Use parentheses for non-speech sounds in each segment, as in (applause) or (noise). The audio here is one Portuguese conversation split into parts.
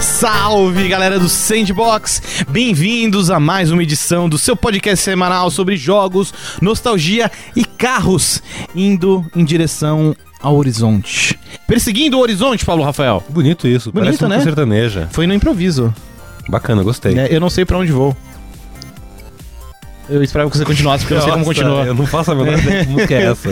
Salve, galera do Sandbox! Bem-vindos a mais uma edição do seu podcast semanal sobre jogos, nostalgia e carros, indo em direção ao horizonte. Perseguindo o horizonte, Paulo Rafael. Bonito isso, Bonito, parece uma né? sertaneja. Foi no improviso. Bacana, gostei. né? Eu não sei pra onde vou. Eu esperava que você continuasse, porque eu não sei como Nossa, continua. Eu não faço a menor ideia que música é (laughs) essa.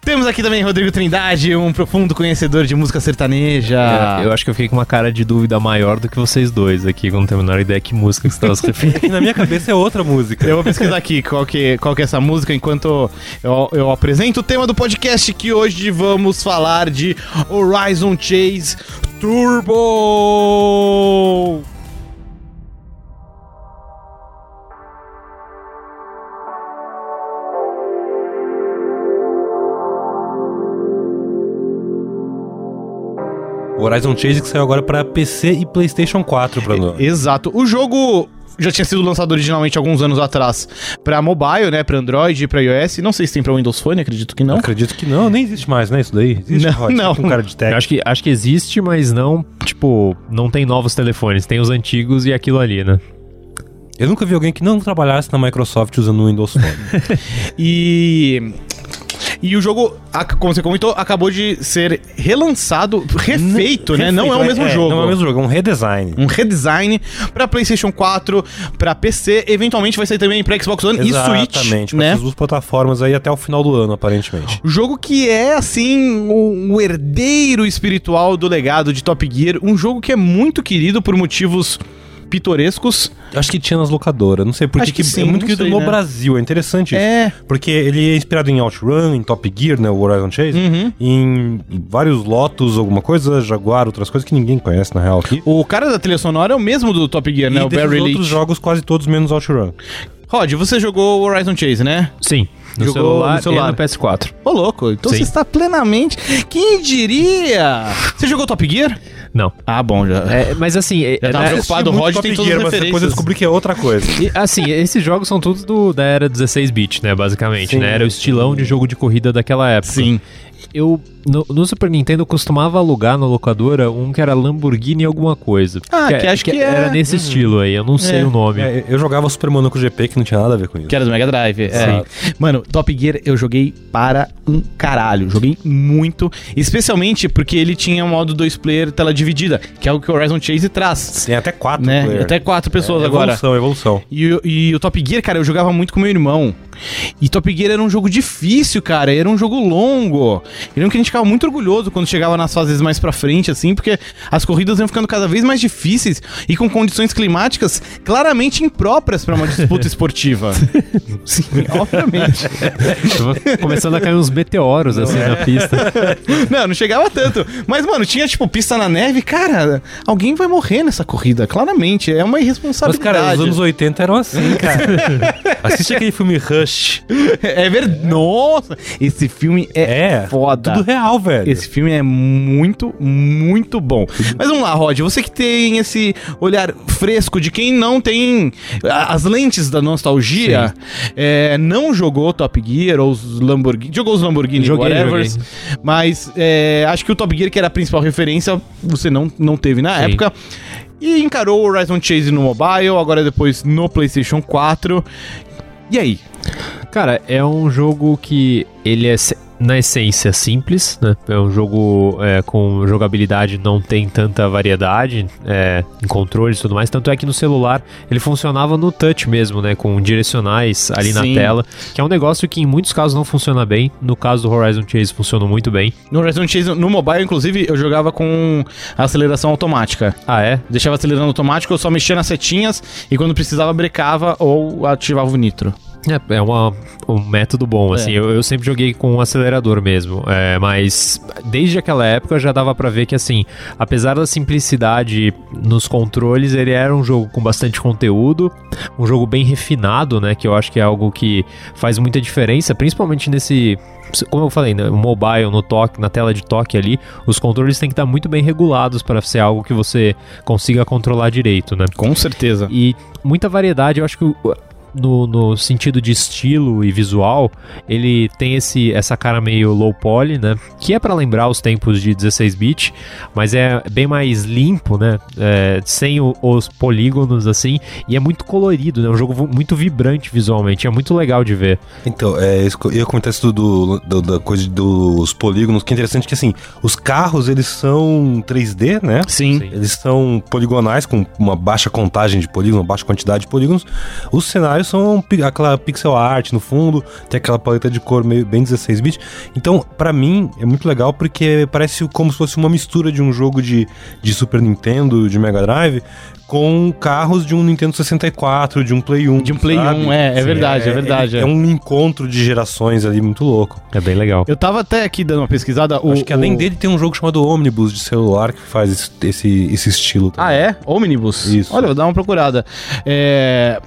Temos aqui também Rodrigo Trindade, um profundo conhecedor de música sertaneja. É, eu acho que eu fiquei com uma cara de dúvida maior do que vocês dois aqui, quando não tenho a menor ideia que música que você estava se (laughs) referindo. E na minha cabeça é outra música. Eu vou pesquisar aqui qual que, qual que é essa música enquanto eu, eu apresento o tema do podcast que hoje vamos falar de Horizon Chase Turbo. O Horizon Chase que saiu agora pra PC e PlayStation 4 pra nós. Exato. O jogo já tinha sido lançado originalmente alguns anos atrás pra mobile, né, Pra Android e pra iOS. Não sei se tem pra Windows Phone, acredito que não. Acredito que não, nem existe mais, né? Isso daí? Existe, Não, Rod? não. Fica Um cara de Eu tech. acho que, acho que existe, mas não, tipo, não tem novos telefones, tem os antigos e aquilo ali, né? Eu nunca vi alguém que não trabalhasse na Microsoft usando o Windows Phone. (laughs) E e o jogo, a- como você comentou, acabou de ser relançado, refeito, né? Não é o Refeito, mesmo jogo. Não é o mesmo jogo, é um redesign. um redesign pra PlayStation 4, pra PC, eventualmente vai sair também pra Xbox One e Switch, Exatamente, pra né? essas duas plataformas aí até o final do ano, aparentemente. Jogo que é, assim, o, o herdeiro espiritual do legado de Top Gear. Um jogo que é muito querido por motivos pitorescos. Eu Acho que tinha nas locadoras, não sei por Acho que que sim, é não muito querido sei, no né? Brasil, é interessante isso. É. Porque ele é inspirado em OutRun, em Top Gear, né? O Horizon Chase. Uhum. Em vários Lotus, alguma coisa, Jaguar, outras coisas que ninguém conhece na real aqui. O cara da trilha sonora é o mesmo do Top Gear, né? e O desses Barry outros Leach. jogos, quase todos menos OutRun. Rod, você jogou Horizon Chase, né? Sim. No Jogou celular, no celular. e no PS4. Ô, louco, então Sim. você está plenamente... Quem diria? Você jogou Top Gear? Não. Ah, bom, já... É, mas assim, é- Já é- tá né, preocupado. Assisti muito Rod tem todas as mas depois eu referências. descobri que é outra (laughs) coisa. e, assim, esses jogos são todos do- da era 16-bit, né? Basicamente, Sim. né? Era o estilão de jogo de corrida daquela época. Sim. Eu, no, no Super Nintendo, eu costumava alugar na locadora um que era Lamborghini alguma coisa. Ah, que acho que é- Era nesse estilo aí, eu não sei É. o nome. É, eu jogava Super Monaco GP, que não tinha nada a ver com isso. Que era do Mega Drive. É. Mano, Top Gear eu joguei para um caralho. Joguei muito. Especialmente porque ele tinha um modo 2 player tela dividida, que é o que o Horizon Chase traz. Tem até quatro né? player. Até quatro pessoas É, agora. Evolução, evolução. E, o- e o Top Gear, cara, eu jogava muito com meu irmão. E Top Gear era um jogo difícil, cara. Era um jogo longo. Eu lembro que a gente ficava muito orgulhoso quando chegava nas fases mais pra frente, assim, porque as corridas iam ficando cada vez mais difíceis e com condições climáticas claramente impróprias pra uma disputa (laughs) (laughs) esportiva. Sim, obviamente. Tava começando a cair uns meteoros, assim, na pista. (laughs) Não, não chegava tanto. Mas, mano, tinha, tipo, pista na neve. Cara, alguém vai morrer nessa corrida, claramente. É uma Mas, irresponsabilidade. cara, os anos 80 eram assim, (laughs) cara. Assiste aquele filme Rush. (laughs) É verdade. Nossa, esse filme é, É, foda. Tudo real, velho. Esse filme é muito, muito bom. Uhum. Mas vamos lá, Rod, você que tem esse olhar fresco de quem não tem a- as lentes da nostalgia, é, não jogou Top Gear ou os Lamborghini. Jogou os Lamborghini, Joguei, whatevers, joguei. Mas é, acho que o Top Gear, que era a principal referência, você não, não teve na Sim. época. E encarou o Horizon Chase no mobile, agora depois no PlayStation 4. E aí? Cara, é um jogo que ele é, se- na essência, simples, né? É um jogo é, com jogabilidade, não tem tanta variedade é, em controles e tudo mais. Tanto é que no celular ele funcionava no touch mesmo, né? Com direcionais ali na Sim. tela, que é um negócio que em muitos casos não funciona bem. No caso do Horizon Chase, funcionou muito bem. No Horizon Chase, no mobile, inclusive, eu jogava com aceleração automática. Ah, é? Deixava acelerando automático, eu só mexia nas setinhas e quando precisava brecava ou ativava o nitro. É, é uma- um método bom, assim. Eu, eu sempre joguei com um acelerador mesmo. é, mas desde aquela época já dava pra ver que, assim, apesar da simplicidade nos controles, ele era um jogo com bastante conteúdo, um jogo bem refinado, né? Que eu acho que é algo que faz muita diferença, principalmente nesse. Como eu falei, né, mobile, no toque, na tela de toque ali, os controles têm que estar muito bem regulados pra ser algo que você consiga controlar direito, né? Com certeza. E muita variedade, eu acho que o- no, no sentido de estilo e visual, ele tem esse, essa cara meio low poly, né? Que é pra lembrar os tempos de 16-bit, mas é bem mais limpo, né? É, sem o- os polígonos, assim, e é muito colorido, né? É um jogo vo- muito vibrante visualmente, é muito legal de ver. Então, é, isso que eu ia comentar isso do, do- da coisa dos polígonos, que é interessante que, assim, os carros, eles são 3D, né? Sim. Sim. Eles são poligonais, com uma baixa contagem de polígonos, uma baixa quantidade de polígonos. Os cenários são um pi- aquela pixel art no fundo, tem aquela paleta de cor meio bem 16-bit. Então, pra mim, é muito legal porque parece como se fosse uma mistura de um jogo de, de Super Nintendo, de Mega Drive, com carros de um Nintendo 64, de um Play 1. De um Play sabe? 1, é, é verdade, é verdade, É, é. um encontro de gerações ali muito louco. É bem legal. Eu tava até aqui dando uma pesquisada. o- Acho que além o- dele tem um jogo chamado Omnibus de celular que faz esse, esse, esse estilo. Ah, é? Omnibus? Isso. Olha, vou dar uma procurada. É,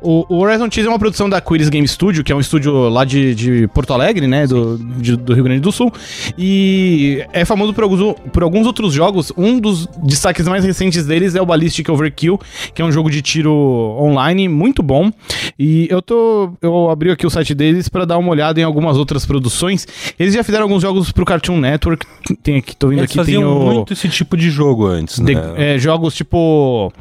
O, o Horizon Chase é uma produção da Quiris Game Studio, que é um estúdio lá de, de Porto Alegre, né? Do, de- do Rio Grande do Sul. E é famoso por alguns, por alguns outros jogos. Um dos destaques mais recentes deles é o Ballistic Overkill, que é um jogo de tiro online muito bom. E eu tô. Eu abri aqui o site deles pra dar uma olhada em algumas outras produções. Eles já fizeram alguns jogos pro Cartoon Network. Tem aqui, tô vendo Eles aqui, tem faziam o. muito esse tipo de jogo antes, de- né? é, jogos tipo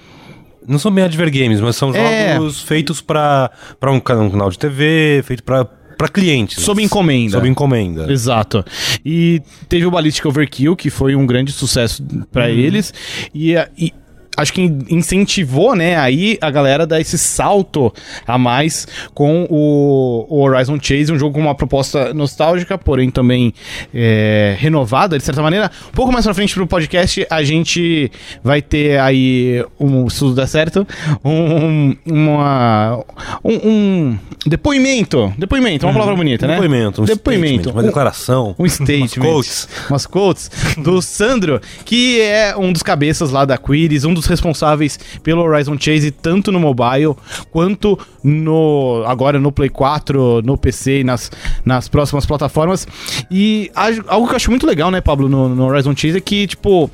Não são meio adver games, mas são É. jogos feitos pra, pra um can- um canal de TV, feito pra, pra clientes. Sob encomenda. Sob encomenda. Exato. E teve o Ballistic Overkill, que foi um grande sucesso pra Uhum. eles. E, a- e acho que in- incentivou, né, aí a galera a dar esse salto a mais com o, o Horizon Chase, um jogo com uma proposta nostálgica, porém também é, renovada, de certa maneira. Um pouco mais pra frente pro podcast, a gente vai ter aí, um, se tudo der certo, um, uma, um, um depoimento. Depoimento, é uma palavra bonita, né? Uhum. Depoimento, um Depoimento. statement, uma Um- declaração. um statement. Umas quotes. Umas quotes do Sandro, que é um dos cabeças lá da Quiris, um dos responsáveis pelo Horizon Chase, tanto no mobile quanto no agora no Play 4, no PC e nas, nas próximas plataformas. E a- algo que eu acho muito legal, né, Pablo, no, no Horizon Chase é que, tipo.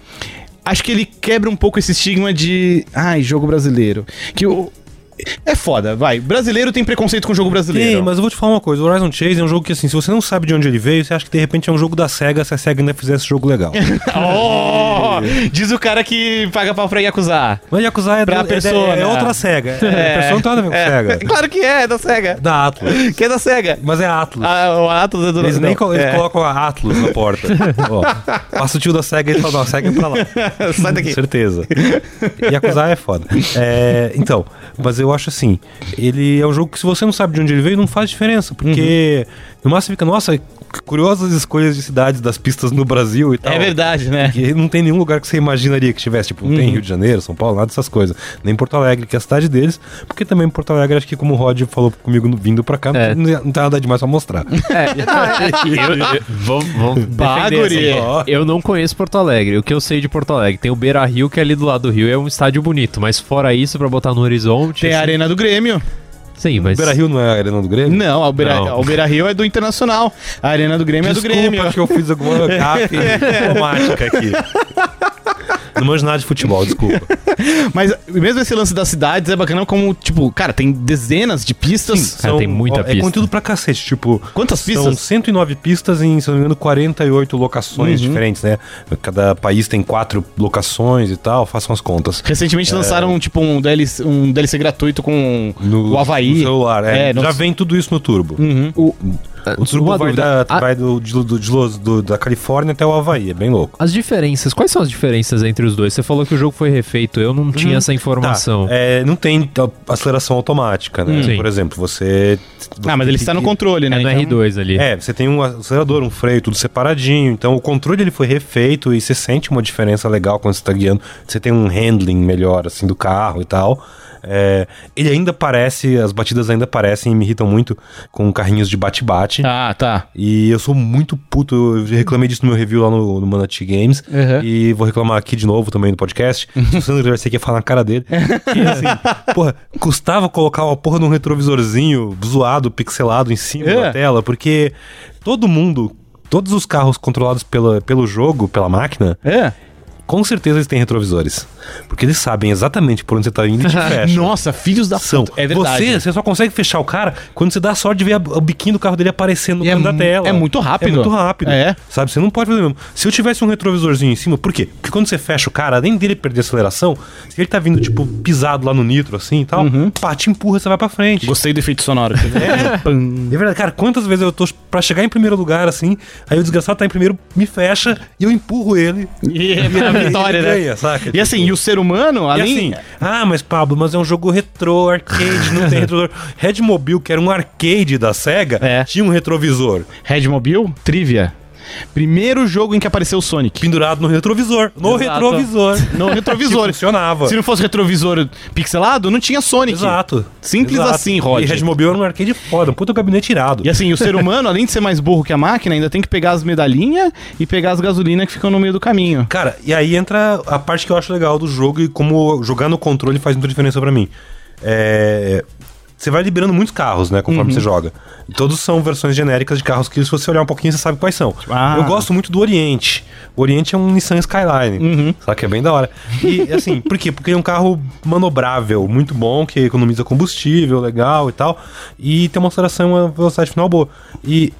Acho que ele quebra um pouco esse estigma de. Ai, jogo brasileiro. Que o. É foda, vai. Brasileiro tem preconceito com jogo brasileiro. Sim, mas eu vou te falar uma coisa. O Horizon Chase é um jogo que, assim, se você não sabe de onde ele veio, você acha que de repente é um jogo da SEGA se a SEGA ainda fizesse jogo legal. Oh, diz o cara que paga pau pra acusar. mas Yakuza é, Pra do- é- Persona. é, é outra SEGA. É, a Persona não tem nada a ver com SEGA. Claro que é, é da SEGA. Da Atlas. Que é da SEGA. Mas é Atlas. Ah, o Atos é do Eles não, nem co- eles é. colocam a Atlas na (laughs) porta. Ó, passa o tio da SEGA e fala, não, a SEGA é pra lá. Sai daqui. Certeza. E acusar é foda. É, então, mas eu acho assim, ele é um jogo que se você não sabe de onde ele veio, não faz diferença, porque Uhum. no máximo fica, nossa, que curiosas escolhas de cidades das pistas no Brasil e tal. É verdade, Uhum. né? E não tem nenhum lugar que você imaginaria que tivesse, tipo, não tem Rio de Janeiro, São Paulo, nada dessas coisas. Nem Porto Alegre, que é a cidade deles, porque também Porto Alegre, acho que como o Rod falou comigo no- vindo pra cá, É. não, não tem nada demais pra mostrar. (laughs) Eu- eu- vamos- vamos Bah, defender, guri. assim. Ó. Eu não conheço Porto Alegre. O que eu sei de Porto Alegre? Tem o Beira Rio, que é ali do lado do Rio é um estádio bonito. Mas fora isso, pra botar no horizonte. Tem a assim, Arena do Grêmio. Sim, mas. Beira Rio não é a Arena do Grêmio? Não, a Beira, Não. a Beira Rio é do Internacional. A Arena do Grêmio Desculpa é do Grêmio. que eu fiz alguma gafe diplomática aqui. Não manjo nada de futebol, desculpa. Mas mesmo esse lance das cidades é bacana como, tipo, cara, tem dezenas de pistas. Cara, tem muita É pista. conteúdo pra cacete, tipo... Quantas São pistas? 109 pistas em, se não me engano, 48 locações diferentes, né? Cada país tem quatro locações e tal, façam as contas. Recentemente lançaram, tipo, um DLC, um DLC gratuito com o Havaí. no celular, é. É, no- Já vem tudo isso no Turbo. O, O Turbo uma vai, dúvida. da, A- vai do, de- do- de Los- do- da Califórnia até o Havaí, é bem louco. As diferenças, quais são as diferenças entre os dois? Você falou que o jogo foi refeito, eu não tinha essa informação. Tá, é, não tem a- aceleração automática, né? Hum. Sim. Por exemplo, você... Ah, mas ele você está no tem que- controle, né? É no Então- R2 ali. É, você tem um acelerador, um freio, tudo separadinho. Então o controle ele foi refeito e você sente uma diferença legal quando você tá guiando. Você tem um handling melhor, assim, do carro e tal. É, ele ainda parece, as batidas ainda parecem e me irritam muito com carrinhos de bate-bate. Ah, tá. E eu sou muito puto, eu já reclamei disso no meu review lá no, no Manati Games. Uhum. E vou reclamar aqui de novo também no podcast. Se o Sandro vai ser aqui falar na cara dele. E assim, porra, custava colocar uma porra num retrovisorzinho zoado, pixelado em cima É. da tela, porque todo mundo, todos os carros controlados pela, pelo jogo, pela máquina, É. com certeza eles têm retrovisores. Porque eles sabem exatamente por onde você tá indo e (laughs) te fecham. (laughs) Nossa, filhos da São. puta. É verdade. Você, você só consegue fechar o cara quando você dá a sorte de ver a- o biquinho do carro dele aparecendo no E é canto da mu- tela. é muito rápido. É muito rápido. É. Sabe, você não pode fazer mesmo. Se eu tivesse um retrovisorzinho em cima, por quê? Porque quando você fecha o cara, além dele perder a aceleração, se ele tá vindo, tipo, pisado lá no nitro, assim e tal, Uhum. pá, te empurra, você vai pra frente. Gostei do efeito sonoro. É verdade, cara, quantas vezes eu tô pra chegar em primeiro lugar, assim, aí o desgraçado tá em primeiro, me fecha e eu empurro ele. E (laughs) é a (laughs) ele vitória, né? ganha, saca? E assim, e o ser humano, E além. assim, ah, mas Pablo, mas é um jogo retrô, arcade, (laughs) não tem retrovisor. Red Mobile, que era um arcade da SEGA, É. tinha um retrovisor Red Mobile, trivia. Primeiro jogo em que apareceu o Sonic. pendurado no retrovisor. No Exato. (laughs) retrovisor. No retrovisor. (laughs) Que funcionava. Se não fosse retrovisor pixelado, não tinha Sonic. Exato. Simples Exato. assim, Rod. E Red Mobile era um arcade foda, um puta gabinete irado. E assim, o ser humano, além de ser mais burro que a máquina, ainda tem que pegar as medalhinhas e pegar as gasolinas que ficam no meio do caminho. Cara, e aí entra a parte que eu acho legal do jogo e como jogar no controle faz muita diferença pra mim. É, Você vai liberando muitos carros, né? Conforme você joga. Todos são versões genéricas de carros que, se você olhar um pouquinho, você sabe quais são. ah. Eu gosto muito do Oriente. O Oriente é um Nissan Skyline. Só que é bem da hora. E assim, por quê? Porque é um carro manobrável, muito bom, que economiza combustível, legal e tal. E tem uma aceleração, uma velocidade final boa. E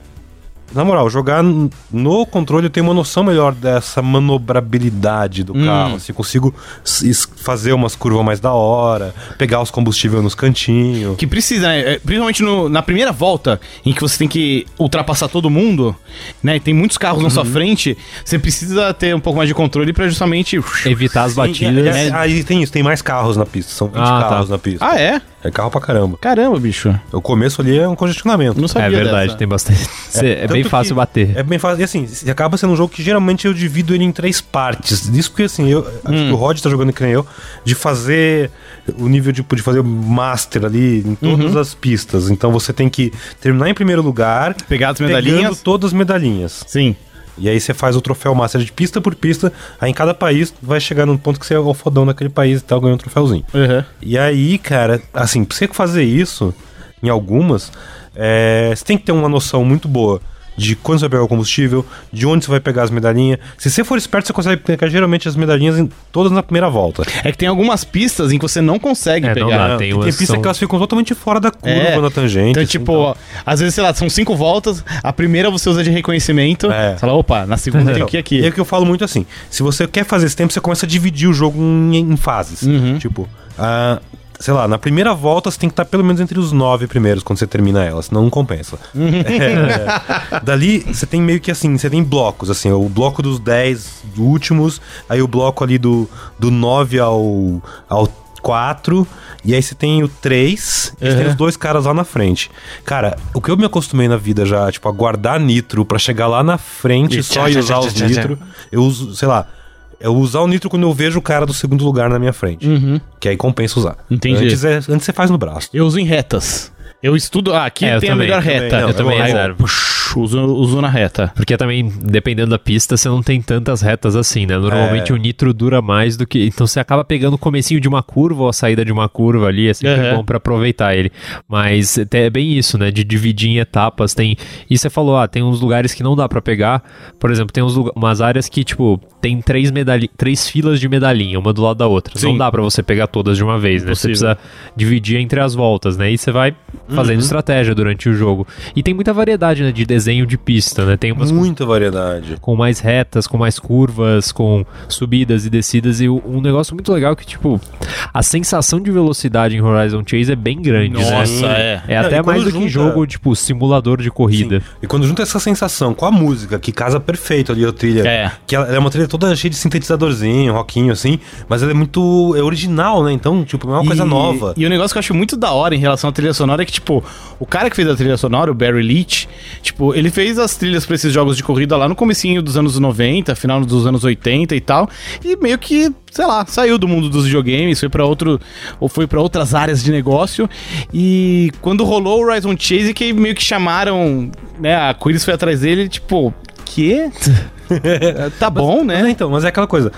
na moral, jogar n- no controle eu tenho uma noção melhor dessa manobrabilidade Hum. do carro. Se consigo s- es- fazer umas curvas mais da hora, pegar os combustíveis nos cantinhos. Que precisa, né? É, Principalmente no- na primeira volta, em que você tem que ultrapassar todo mundo, né? E tem muitos carros na Uhum. sua frente, você precisa ter um pouco mais de controle pra É justamente. Evitar as E- batidas. e- É, Aí tem isso, tem mais carros na pista. São 20 é, Ah, carros tá. na pista. Ah, é? É carro pra caramba. Caramba, bicho. O começo ali é um congestionamento. Não sabia. É verdade, dessa. tem bastante. Cê- É, bem Tanto que fácil bater. É bem fácil. E assim, se- acaba sendo um jogo que geralmente eu divido ele em três partes. Isso porque assim, eu Hum. acho que o Rod tá jogando que nem eu, de fazer o nível de, de fazer o master ali em Uhum. todas as pistas. Então você tem que terminar em primeiro lugar, Pegar as pegando medalhinhas. todas as medalhinhas. Sim. E aí você faz o troféu master de pista por pista, aí em cada país vai chegar num ponto que você é o fodão naquele país e tal, ganha um troféuzinho. Uhum. E aí, cara, assim, pra você fazer isso, em algumas, é, você tem que ter uma noção muito boa de quando você vai pegar o combustível, de onde você vai pegar as medalhinhas. Se você for esperto, você consegue pegar geralmente as medalhinhas em- todas na primeira volta. É que tem algumas pistas em que você não consegue É, não pegar. dá. Ah, tem tem umas pista são- que elas ficam totalmente fora da curva, É. da tangente. Então, assim, tipo, às vezes, sei lá, são cinco voltas, a primeira você usa de reconhecimento, É. você fala, opa, na segunda tem Entendeu? que ir E é o aqui. que eu falo muito assim: se você quer fazer esse tempo, você começa a dividir o jogo em, em fases. Uhum. Tipo, ah, sei lá, na primeira volta você tem que estar pelo menos entre os nove primeiros quando você termina ela, senão não compensa. É. Dali você tem meio que assim: você tem blocos, assim, o bloco dos dez últimos, aí o bloco ali do, do nove ao. ao 4, e aí você tem o 3, e você tem os dois caras lá na frente. Cara, o que eu me acostumei na vida já, tipo, a guardar nitro pra chegar lá na frente E só tchá, e tchá, usar tchá, os tchá, tchá. nitro. Eu uso, sei lá. Eu usar o nitro quando eu vejo o cara do segundo lugar na minha frente. Uhum. Que aí compensa usar. Entendi. Antes, é- antes você faz no braço. Eu uso em retas. Eu estudo, ah, aqui É, eu tem a também, melhor também. reta. Não, eu também bom. reservo. Puxa, uso, uso na reta. Porque também, dependendo da pista, você não tem tantas retas assim, né? Normalmente É. o nitro dura mais do que. Então você acaba pegando o comecinho de uma curva ou a saída de uma curva ali, é sempre Uhum. bom pra aproveitar ele. Mas até é bem isso, né? De dividir em etapas. Tem. E você falou, ah, tem uns lugares que não dá pra pegar. Por exemplo, tem uns lugar- umas áreas que, tipo, tem três, medalhi... três filas de medalhinha, uma do lado da outra. Sim. Não dá pra você pegar todas de uma vez, né? Você Impossível. precisa dividir entre as voltas, né? E você vai fazendo Uhum. estratégia durante o jogo. E tem muita variedade, né? De desenho de pista, né? Tem umas Muita variedade. com mais retas, com mais curvas, com subidas e descidas e o- um negócio muito legal que tipo a sensação de velocidade em Horizon Chase é bem grande, né? Nossa, é. Não, e É até quando mais do que junta- jogo tipo simulador de corrida. Sim. E quando junta essa sensação com a música, que casa perfeito ali a trilha. É. Que ela, ela é uma trilha toda cheia de sintetizadorzinho, rockinho, assim. Mas ela é muito. É original, né? Então, tipo, não é uma coisa E- nova. E né? o negócio que eu acho muito da hora em relação à trilha sonora é que, tipo, o cara que fez a trilha sonora, o Barry Leach, tipo, ele fez as trilhas pra esses jogos de corrida lá no comecinho dos anos 90, final dos anos 80 e tal, e meio que, sei lá, saiu do mundo dos videogames, foi pra outro ou foi para outras áreas de negócio. E quando rolou o (laughs) Horizon Chase que meio que chamaram, né, a Quiris foi atrás dele, tipo, que? tá bom, né? Mas, então, mas é aquela coisa.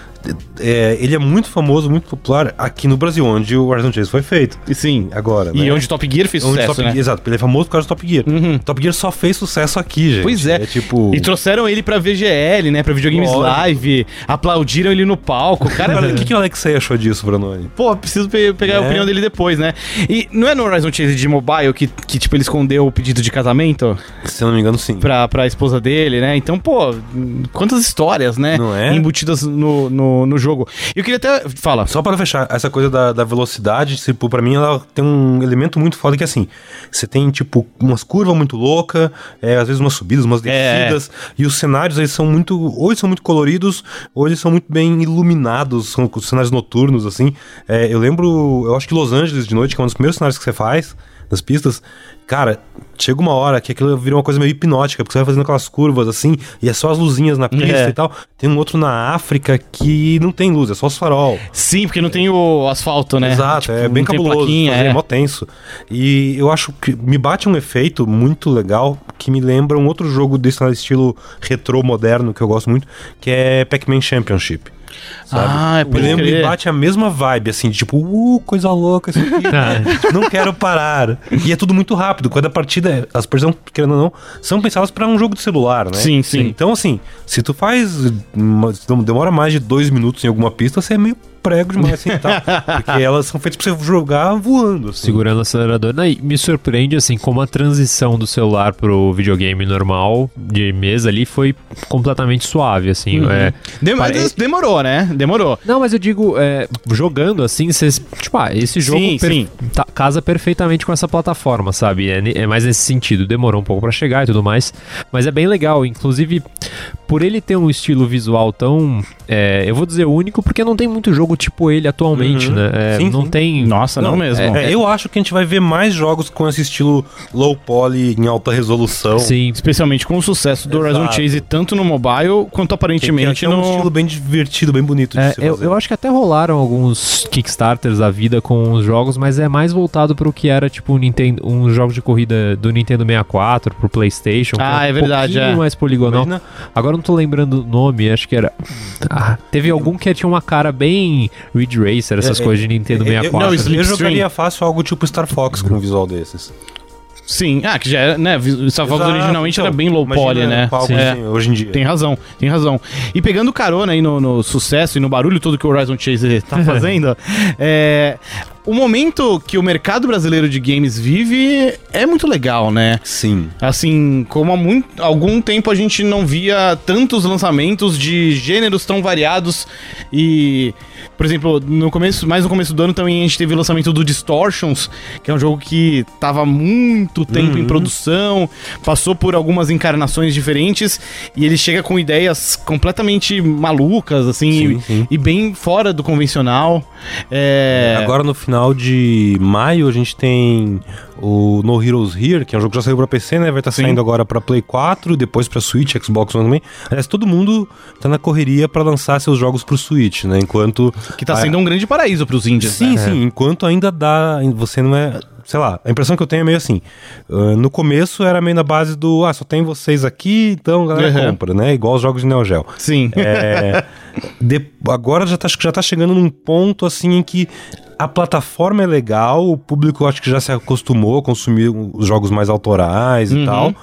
é, ele é muito famoso, muito popular aqui no Brasil, onde o Horizon Chase foi feito. E sim. Agora, E né? onde Top Gear fez Onde sucesso, Top né? Uhum. Gear, Exato, ele é famoso por causa do Top Gear. Top Gear só fez sucesso aqui, gente. Pois é. tipo... E trouxeram ele pra VGL, né? Pra videogames Lógico. live. Aplaudiram ele no palco. Cara, (laughs) Cara, o que, que o Alexei achou disso, Branoni? Pô, preciso pe- pegar a É. opinião dele depois, né? E não é no Horizon Chase de mobile que, que tipo, ele escondeu o pedido de casamento Se eu não me engano, sim. pra, pra esposa dele, né? Então, pô, hum, quantas histórias, né? Não é? Embutidas no, no, no jogo. E eu queria até. Fala. Só para fechar, essa coisa da, da velocidade, tipo, pra mim ela tem um elemento muito foda que é assim, você tem, tipo, umas curvas muito loucas, é, às vezes umas subidas, umas É. descidas, e os cenários eles são muito, ou eles são muito coloridos, ou eles são muito bem iluminados, são os cenários noturnos, assim. É, eu lembro, eu acho que Los Angeles de noite, que é um dos primeiros cenários que você faz, nas pistas, cara, chega uma hora que aquilo vira uma coisa meio hipnótica, porque você vai fazendo aquelas curvas assim, e é só as luzinhas na pista É. e tal. Tem um outro na África que não tem luz, é só os farol. Sim, porque não tem o asfalto, né? Exato, Tipo, é bem não tem cabuloso, plaquinha, fazer, é. é mó tenso. E eu acho que me bate um efeito muito legal que me lembra um outro jogo desse estilo retrô moderno que eu gosto muito, que é Pac-Man Championship. Sabe? Ah, é me pode lembra, me crer. bate a mesma vibe, assim, de tipo, uh, coisa louca isso aqui. (laughs) Ah. não quero parar. E é tudo muito rápido. Cada partida, é, as partidas, querendo ou não, são pensadas pra um jogo de celular, né? Sim, sim. Então, assim, se tu faz. uma- se não demora mais de dois minutos em alguma pista, você é meio prego demais, assim e (laughs) tal. Porque elas são feitas pra você jogar voando. Assim. Segurando o acelerador. Não, e me surpreende, assim, como a transição do celular pro videogame normal, de mesa ali, foi completamente suave, assim. Uhum. É, Dem- mas Pare- Demorou, né? Demorou. Não, mas eu digo, é, jogando assim, vocês. Tipo, ah, esse jogo Sim, sim. tá- casa perfeitamente com essa plataforma, sabe? É, ne- é mais nesse sentido. Demorou um pouco pra chegar e tudo mais. Mas é bem legal. Inclusive, por ele ter um estilo visual tão. é, eu vou dizer único, porque não tem muito jogo tipo ele atualmente, né? É, Sim, não sim. tem. Uhum. Nossa, não, mesmo. É, eu acho que a gente vai ver mais jogos com esse estilo low poly em alta resolução. Sim. Especialmente com o sucesso do Horizon Exato. Chase, tanto no mobile quanto Que- que aparentemente é um no. estilo bem divertido, bem bonito de É, se eu, fazer. eu acho que até rolaram alguns Kickstarters da vida com os jogos, mas é mais voltado pro que era tipo um, Nintendo, um jogo de corrida do Nintendo 64, pro PlayStation. que Ah, era é verdade, Um pouquinho é. mais poligonal. Imagina- Agora eu não tô lembrando o nome, acho que era. Ah, teve algum que tinha uma cara bem Ridge Racer, essas É, é, coisas de Nintendo eu- eu- 64. não, é eu, Slipstream. jogaria fácil algo tipo Star Fox com um visual desses. Sim, ah, que já era, né? O Star Fox Exato, originalmente então, era bem low imagina poly, né? algo Sim. É. assim, hoje em dia. Tem razão, tem razão. E pegando carona aí no, no sucesso e no barulho todo que o Horizon (laughs) Chase tá fazendo, é, o momento que o mercado brasileiro de games vive é muito legal, né? Sim. Assim, como há muito, algum tempo a gente não via tantos lançamentos de gêneros tão variados e, por exemplo, no começo, mais no começo do ano também a gente teve o lançamento do Distortions, que é um jogo que tava há muito tempo em produção, passou por algumas encarnações diferentes e ele chega com ideias completamente malucas, assim, Sim, sim. E, e bem fora do convencional. É... Agora no final de maio a gente tem o No Heroes Here, que é um jogo que já saiu pra PC, né? Vai estar Sim. saindo agora pra Play 4, depois pra Switch, Xbox One também. Aliás, todo mundo tá na correria pra lançar seus jogos pro Switch, né? Enquanto Que tá Ah, sendo um grande paraíso pros índios. né? Sim, sim. Enquanto ainda dá. Você não é. Sei lá, a impressão que eu tenho é meio assim. ah, no começo era meio na base do. Ah, só tem vocês aqui, então a galera Uhum. compra, né? Igual os jogos de Neo Geo. Sim. É, de- agora já tá, já tá chegando num ponto assim em que a plataforma é legal, o público acho que já se acostumou a consumir os jogos mais autorais e tal.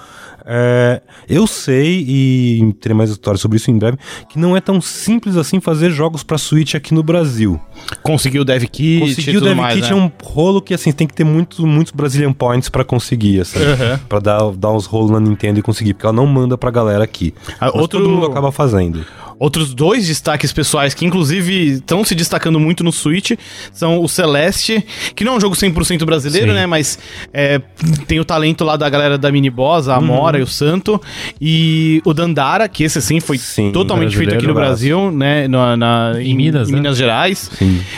É, eu sei, e terei mais histórias sobre isso em breve, que não é tão simples assim fazer jogos pra Switch aqui no Brasil. Conseguiu o Dev Kit Conseguir o tudo Dev mais, Kit né? é um rolo que assim tem que ter muito, muitos Brazilian Points pra conseguir, assim, Uhum. Pra dar, dar uns rolos na Nintendo e conseguir, porque ela não manda pra galera aqui. Ah, Mas outro- todo mundo acaba fazendo. Outros dois destaques pessoais que, inclusive, estão se destacando muito no Switch são o Celeste, que não é um jogo 100% brasileiro, Sim. né? Mas é, tem o talento lá da galera da Miniboss, a Amora Uhum. e o Santo. E o Dandara, que esse, assim, foi Sim, totalmente feito aqui no brasileiro, Brasil, né? Na, na- Em Minas, né? Gerais.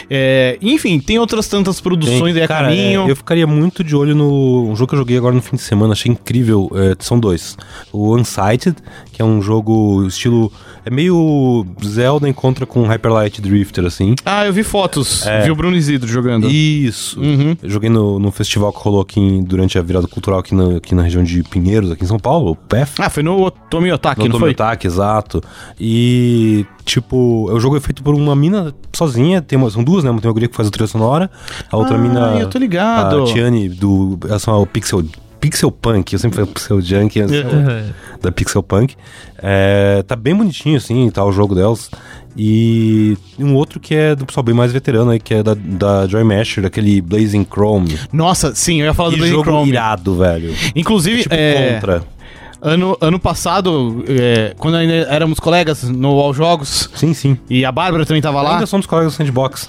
É, enfim, tem outras tantas produções Tem- aí a cara, caminho. é, eu ficaria muito de olho no um jogo que eu joguei agora no fim de semana, achei incrível. é, são dois. O Unsighted, que é um jogo estilo. É meio o Zelda encontra com o Hyper Light Drifter, assim. Ah, eu vi fotos. É. Vi o Bruno Isidro jogando. Isso. Uhum. Eu joguei no, no festival que rolou aqui em- durante a virada cultural aqui na, aqui na região de Pinheiros, aqui em São Paulo, o PEF. Ah, foi no Tomi Otaki, No não foi? Tomoyotaki, exato. E, tipo, o jogo é feito por uma mina sozinha. Tem uma- são duas, né? Tem uma guria que faz a trilha sonora. A outra Ah, mina. eu tô ligado. A Tiane, do. Ela chama o Pixel. Pixel Punk, eu sempre falei Pixel Junk, mas- É, da Pixel Punk. É, tá bem bonitinho, assim, tá o jogo delas. E um outro que é do pessoal bem mais veterano aí, que é da, da Joy Masher, daquele Blazing Chrome. Nossa, sim, eu ia falar É do Que Blade jogo Chrome. irado, velho. Inclusive, Tipo é, Contra. ano, ano passado, é, quando ainda éramos colegas no All Jogos, Sim, sim. e a Bárbara também tava lá. Ainda somos colegas do Sandbox.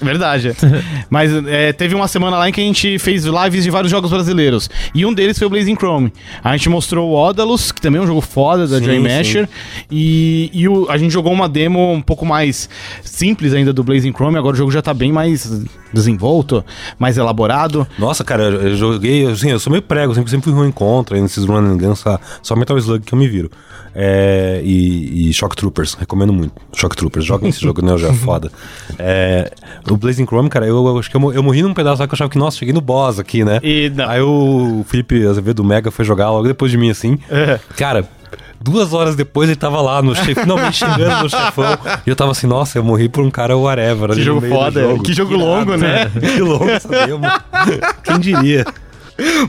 (laughs) Verdade. (laughs) Mas é, teve uma semana lá em que a gente fez lives de vários jogos brasileiros. E um deles foi o Blazing Chrome. A gente mostrou o Odalus, que também é um jogo foda da Sim, Joy sim. Masher. E, e o- a gente jogou uma demo um pouco mais simples ainda do Blazing Chrome. Agora o jogo já tá bem mais desenvolto, mais elaborado. Nossa, cara, eu eu joguei, assim, eu sou meio prego, sempre, sempre fui ruim contra, aí nesses run and guns, só, só Metal Slug que eu me viro. É, e, e Shock Troopers, recomendo muito. Shock Troopers, joguem esse jogo, (laughs) né? Já é foda. É, o Blazing Chrome, cara, eu, eu acho que eu, mo- eu morri num pedaço lá que eu achava que, nossa, cheguei no boss aqui, né? E não. Aí o Felipe Azevedo do Mega foi jogar logo depois de mim, assim. É. Cara. Duas horas depois ele tava lá no chefe, finalmente chegando no chefão. E eu tava assim, nossa, eu morri por um cara whatever. ali Que no jogo meio do foda, que jogo irado, longo, (laughs) né? Que longo essa demo. Quem diria?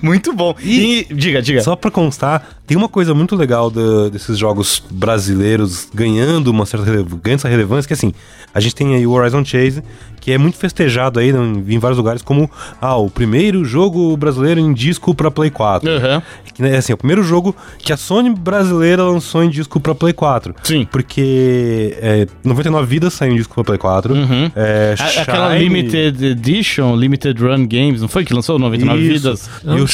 Muito bom. E, diga, diga. Só pra constar, tem uma coisa muito legal da- desses jogos brasileiros ganhando uma certa rele- ganhando essa relevância, que assim, a gente tem aí o Horizon Chase, que é muito festejado aí né, em, em vários lugares como ah, o primeiro jogo brasileiro em disco pra Play 4. Aham. Que, né, assim, é o primeiro jogo que a Sony brasileira lançou em disco pra Play 4. Sim. Porque é, 99 Vidas saiu em disco pra Play 4. Uhum. É, A- Aquela Shine- Limited Edition, Limited Run Games, não foi que lançou 99 Isso. Vidas? E o É.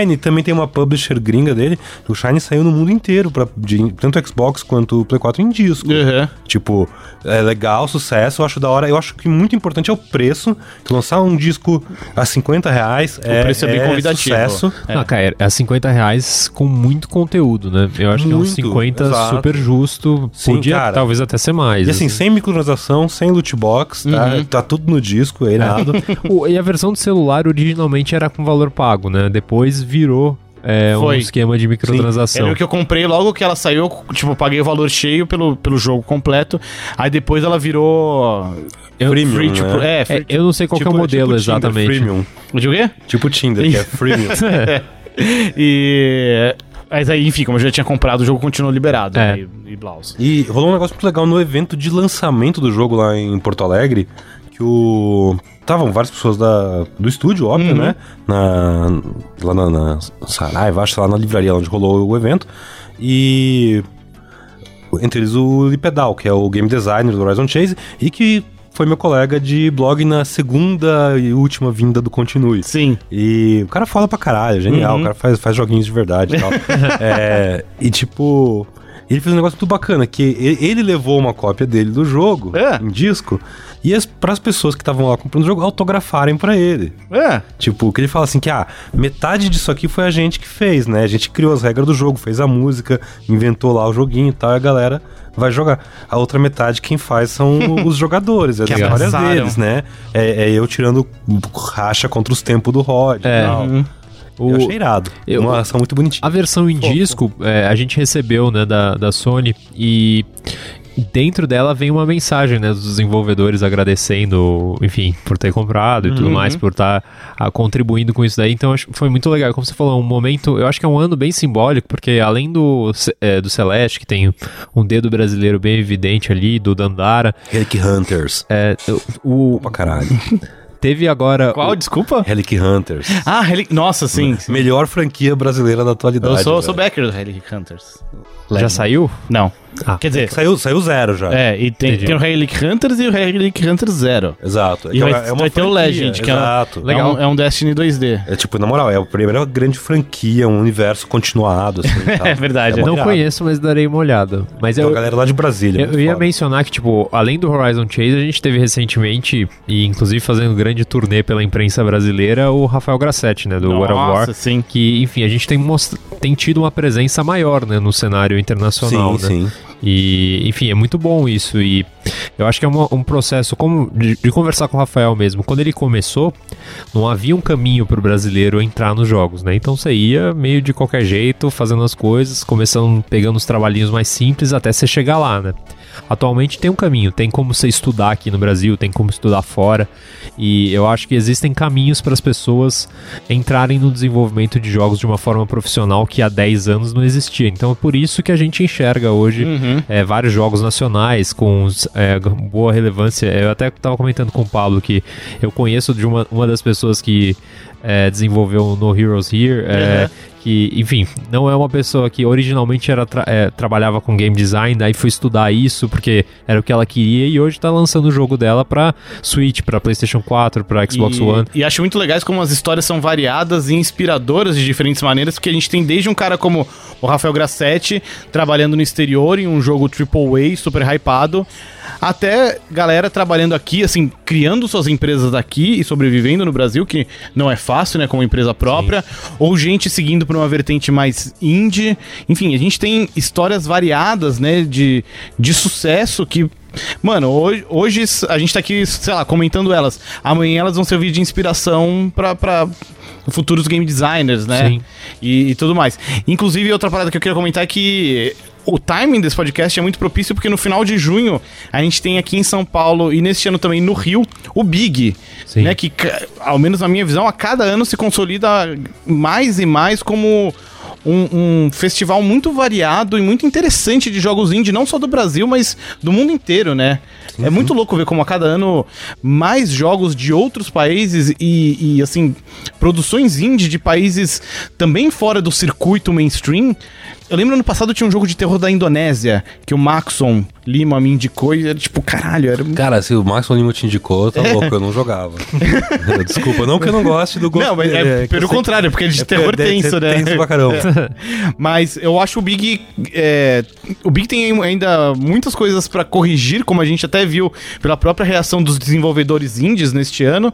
Shine também tem uma publisher gringa dele. O Shine saiu no mundo inteiro, pra, de- tanto Xbox quanto Play 4 em disco. Uhum. Tipo, é legal, sucesso, eu acho da hora. Eu acho que muito importante é o preço. Que lançar um disco a 50 reais é, preço é bem convidativo. sucesso. É. (laughs) Ah, cara, é 50 reais com muito conteúdo, né? Eu acho que é uns Muito, 50 exato. super justo. Sim, Podia cara. talvez até ser mais. E assim, assim. sem microtransação, sem loot box, tá, Uhum. tá tudo no disco, (laughs) é irado. O- e a versão do celular originalmente era com valor pago, né? Depois virou é, um Foi. esquema de Eu É, microtransação. lembro É que eu comprei logo que ela saiu, eu, tipo, eu paguei o valor cheio pelo, pelo jogo completo. Aí depois ela virou. Eu, Premium, free, tipo, né? É, free. É, eu não sei qual que é o modelo tipo Tinder, exatamente. freemium. De o quê? (laughs) Tipo Tinder, que é freemium. (laughs) É. E. Mas aí, enfim, como eu já tinha comprado, o jogo continuou liberado. É. E, e Blaus. E rolou um negócio muito legal no evento de lançamento do jogo lá em Porto Alegre, que o. Estavam várias pessoas da, do estúdio, óbvio, né? Na, lá na, na Saraiva, acho, lá na livraria onde rolou o evento. E. Entre eles o Lipedal, que é o game designer do Horizon Chase, e que foi meu colega de blog na segunda e última vinda do Continue. Sim. E o cara fala pra caralho, genial. Uhum. O cara faz, faz joguinhos de verdade (laughs) e tal. É, e tipo. Ele fez um negócio muito bacana, que ele, ele levou uma cópia dele do jogo, É. em disco, e as, pras pessoas que estavam lá comprando o jogo autografarem pra ele. É. Tipo, que ele fala assim que, ah, metade disso aqui foi a gente que fez, né? A gente criou as regras do jogo, fez a música, inventou lá o joguinho e tal, e a galera vai jogar. A outra metade quem (laughs) faz são os jogadores, é as Que histórias abraçaram. deles, né? É, é eu tirando racha contra os tempos do Rod É. e tal. Uhum. O- Eu achei irado. eu- Uma ação muito bonitinha. A versão em Fofo. disco é, a gente recebeu né, da, da Sony e dentro dela vem uma mensagem né, dos desenvolvedores agradecendo, enfim, por ter comprado e Uhum. tudo mais, por estar ah, contribuindo com isso daí. Então acho, foi muito legal. Como você falou, um momento, eu acho que é um ano bem simbólico, porque além do, Ce- eh, do Celeste, que tem um dedo brasileiro bem evidente ali, do Dandara, Relic Hunters. é, o, (laughs) Pra caralho. teve agora. Qual? Desculpa? Relic Hunters. Ah, Relic. Nossa, sim. sim. Melhor franquia brasileira da atualidade. Eu sou, velho. sou backer do Relic Hunters. o- já saiu? Não. Ah. Quer dizer, Saiu, saiu zero já. é, e tem, Entendi. tem o Relic Hunters e o Relic Hunters Zero. Exato. É E que vai, é uma vai ter o franquia, Legend, que é, Exato. Legal. É, um, é um Destiny 2D. É tipo, na moral, é a primeira grande franquia, um universo continuado, assim. e (laughs) tal. É verdade, É Bom, Não irado. conheço, mas darei uma olhada. Mas Tem eu, uma galera lá de Brasília. Eu, é muito eu ia foda. mencionar que, tipo, além do Horizon Chase, a gente teve recentemente, e inclusive fazendo grande turnê pela imprensa brasileira, o Rafael Grassetti, né, do World of War. Nossa, sim. Que, enfim, a gente tem, most- tem tido uma presença maior, né, no cenário internacional, Sim, né? sim. E, enfim, é muito bom isso. E eu acho que é uma- um processo como de, de conversar com o Rafael mesmo. Quando ele começou, não havia um caminho para o brasileiro entrar nos jogos, né? Então você ia meio de qualquer jeito, fazendo as coisas, começando pegando os trabalhinhos mais simples até você chegar lá, né? Atualmente tem um caminho, tem como você estudar aqui no Brasil, tem como estudar fora, e eu acho que existem caminhos para as pessoas entrarem no desenvolvimento de jogos de uma forma profissional que há 10 anos não existia. Então é por isso que a gente enxerga hoje Uhum. é, vários jogos nacionais com é, boa relevância. Eu até estava comentando com o Pablo que eu conheço de uma, uma das pessoas que é, desenvolveu No Heroes Here. é, Que, enfim, não é uma pessoa que originalmente era tra- é, trabalhava com game design, daí foi estudar isso porque era o que ela queria e hoje tá lançando o jogo dela pra Switch, pra PlayStation 4, pra Xbox e, (laughs) One. E acho muito legais como as histórias são variadas e inspiradoras de diferentes maneiras, porque a gente tem desde um cara como o Rafael Grassetti trabalhando no exterior em um jogo AAA super hypado, até galera trabalhando aqui, assim, criando suas empresas aqui e sobrevivendo no Brasil, que não é fácil, né, como empresa própria, ou gente seguindo por uma vertente mais indie. Enfim, a gente tem histórias variadas, né, de, de sucesso que Mano, hoje, hoje a gente tá aqui, sei lá, comentando elas. Amanhã elas vão servir de inspiração pra, pra futuros game designers, né? Sim. E, e tudo mais. Inclusive, outra parada que eu queria comentar é que o timing desse podcast é muito propício porque no final de junho a gente tem aqui em São Paulo e neste ano também no Rio o Big, Sim. né? Que, ca- ao menos na minha visão, a cada ano se consolida mais e mais como um, um festival muito variado e muito interessante de jogos indie, não só do Brasil, mas do mundo inteiro, né? é muito louco ver como a cada ano mais jogos de outros países e, e, assim, produções indie de países também fora do circuito mainstream. Eu lembro ano passado tinha um jogo de terror da Indonésia, que o Maxon Lima me indicou e era tipo, caralho, era Cara, se o Max Lima te indicou, (laughs) tá louco, eu não jogava. Desculpa, não que eu não (laughs) goste do Não, mas é, pelo contrário, porque (laughs) de terror tenso, né? é, Tenso pra caramba. (laughs) Mas eu acho o Big. é, o Big tem ainda muitas coisas pra corrigir, como a gente até viu pela própria reação dos desenvolvedores indies neste ano.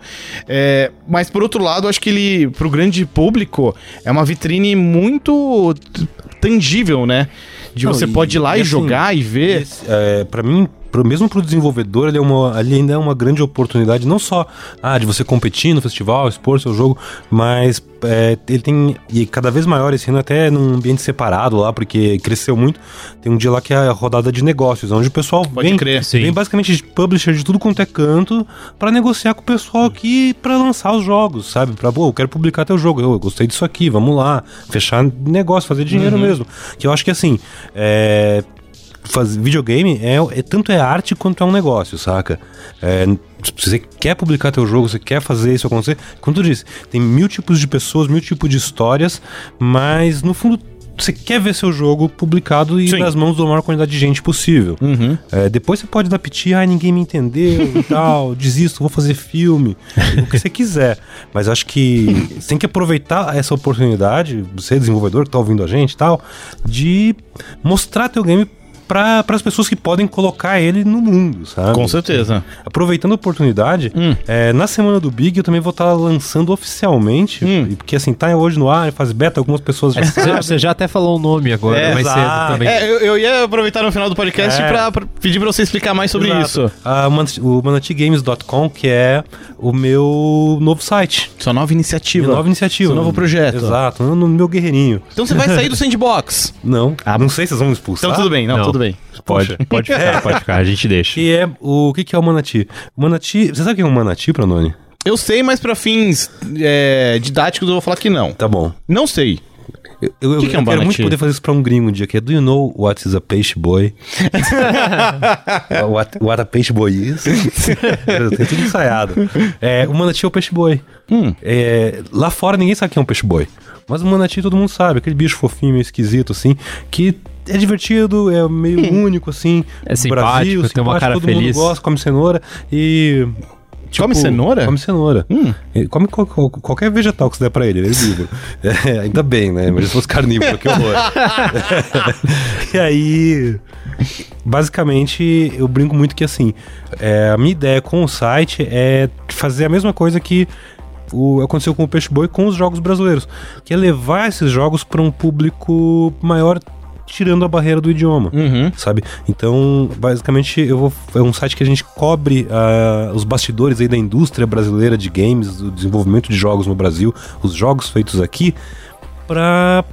É, mas por outro lado, acho que ele, pro grande público, é uma vitrine muito t- tangível, né? De Não, você e- pode ir lá e e, assim, jogar e ver. Esse, é, para mim, pro, mesmo pro desenvolvedor, ele, é uma, ele ainda é uma grande oportunidade, não só ah, de você competir no festival, expor seu jogo, mas é, ele tem, e cada vez maior esse ano, até num ambiente separado lá, porque cresceu muito. Tem um dia lá que é a rodada de negócios, onde o pessoal Pode vem, crer. Sim. vem basicamente de publisher de tudo quanto é canto pra negociar com o pessoal aqui pra lançar os jogos, sabe? Pra, pô, eu quero publicar teu jogo, eu gostei disso aqui, vamos lá, fechar negócio, fazer dinheiro mesmo. Que eu acho que assim, é, faz, videogame é, é- tanto é arte quanto é um negócio, saca? É, se você quer publicar teu jogo, você quer fazer isso acontecer, como tu disse, tem mil tipos de pessoas, mil tipos de histórias, mas no fundo você quer ver seu jogo publicado e Sim. nas mãos da maior quantidade de gente possível. Uhum. É, depois você pode dar piti, ai, ninguém me entendeu (laughs) e tal, desisto, vou fazer filme, o que você quiser. Mas acho que você tem que aproveitar essa oportunidade, você desenvolvedor que tá ouvindo a gente e tal, de mostrar teu game para as pessoas que podem colocar ele no mundo, sabe? Com certeza. Aproveitando a oportunidade, Hum. é, na semana do Big eu também vou estar lançando oficialmente, Hum. e porque assim, tá hoje no ar, faz beta, algumas pessoas já Você, você já até falou o nome agora, É, mais exato. cedo também. É, eu, eu ia aproveitar no final do podcast É. pra, pra pedir pra você explicar mais sobre Exato. isso. Ah, o Manati- o manatigames.com, que é o meu novo site. Sua nova iniciativa. Minha nova iniciativa. Seu novo projeto. Exato, no, no meu guerreirinho. Então você vai sair do sandbox. Não. não sei se vocês vão me expulsar. Então tudo bem, não, Não. tudo bem. Pode, pode ficar, pode ficar, a (laughs) gente deixa. Que é o o que, que é o Manati? O Manati. Você sabe o que é um Manati, Pranoni? Eu sei, mas pra fins é, didáticos eu vou falar que não. Tá bom. Não sei. Eu, eu, Que que é eu um quero Manati? muito poder fazer isso pra um gringo um dia, que é Do you know what is a peixe boy? what, what a peixe boy is? Tem tudo ensaiado. É, o manati é o peixe boi. É, lá fora ninguém sabe o que é um peixe boi. Mas o manati todo mundo sabe, aquele bicho fofinho, meio esquisito, assim, que é divertido, é meio único, assim. É no simpático, tem uma cara todo feliz. mundo gosta, come cenoura e... Tipo, Come cenoura? Tipo, Come cenoura. Hum. Ele come qual- qual- qualquer vegetal que você der pra ele, ele é herbívoro. (laughs) É, ainda bem, né? Mas se fosse carnívoro, que horror. (laughs) e aí, basicamente, eu brinco muito que assim, é, a minha ideia com o site é fazer a mesma coisa que o, aconteceu com o Peixe Boi com os jogos brasileiros, que é levar esses jogos para um público maior tirando a barreira do idioma, (laughs) Uhum. sabe? Então, basicamente, eu vou, é um site que a gente cobre ah, os bastidores aí da indústria brasileira de games, do desenvolvimento de jogos no Brasil, os jogos feitos aqui, pra.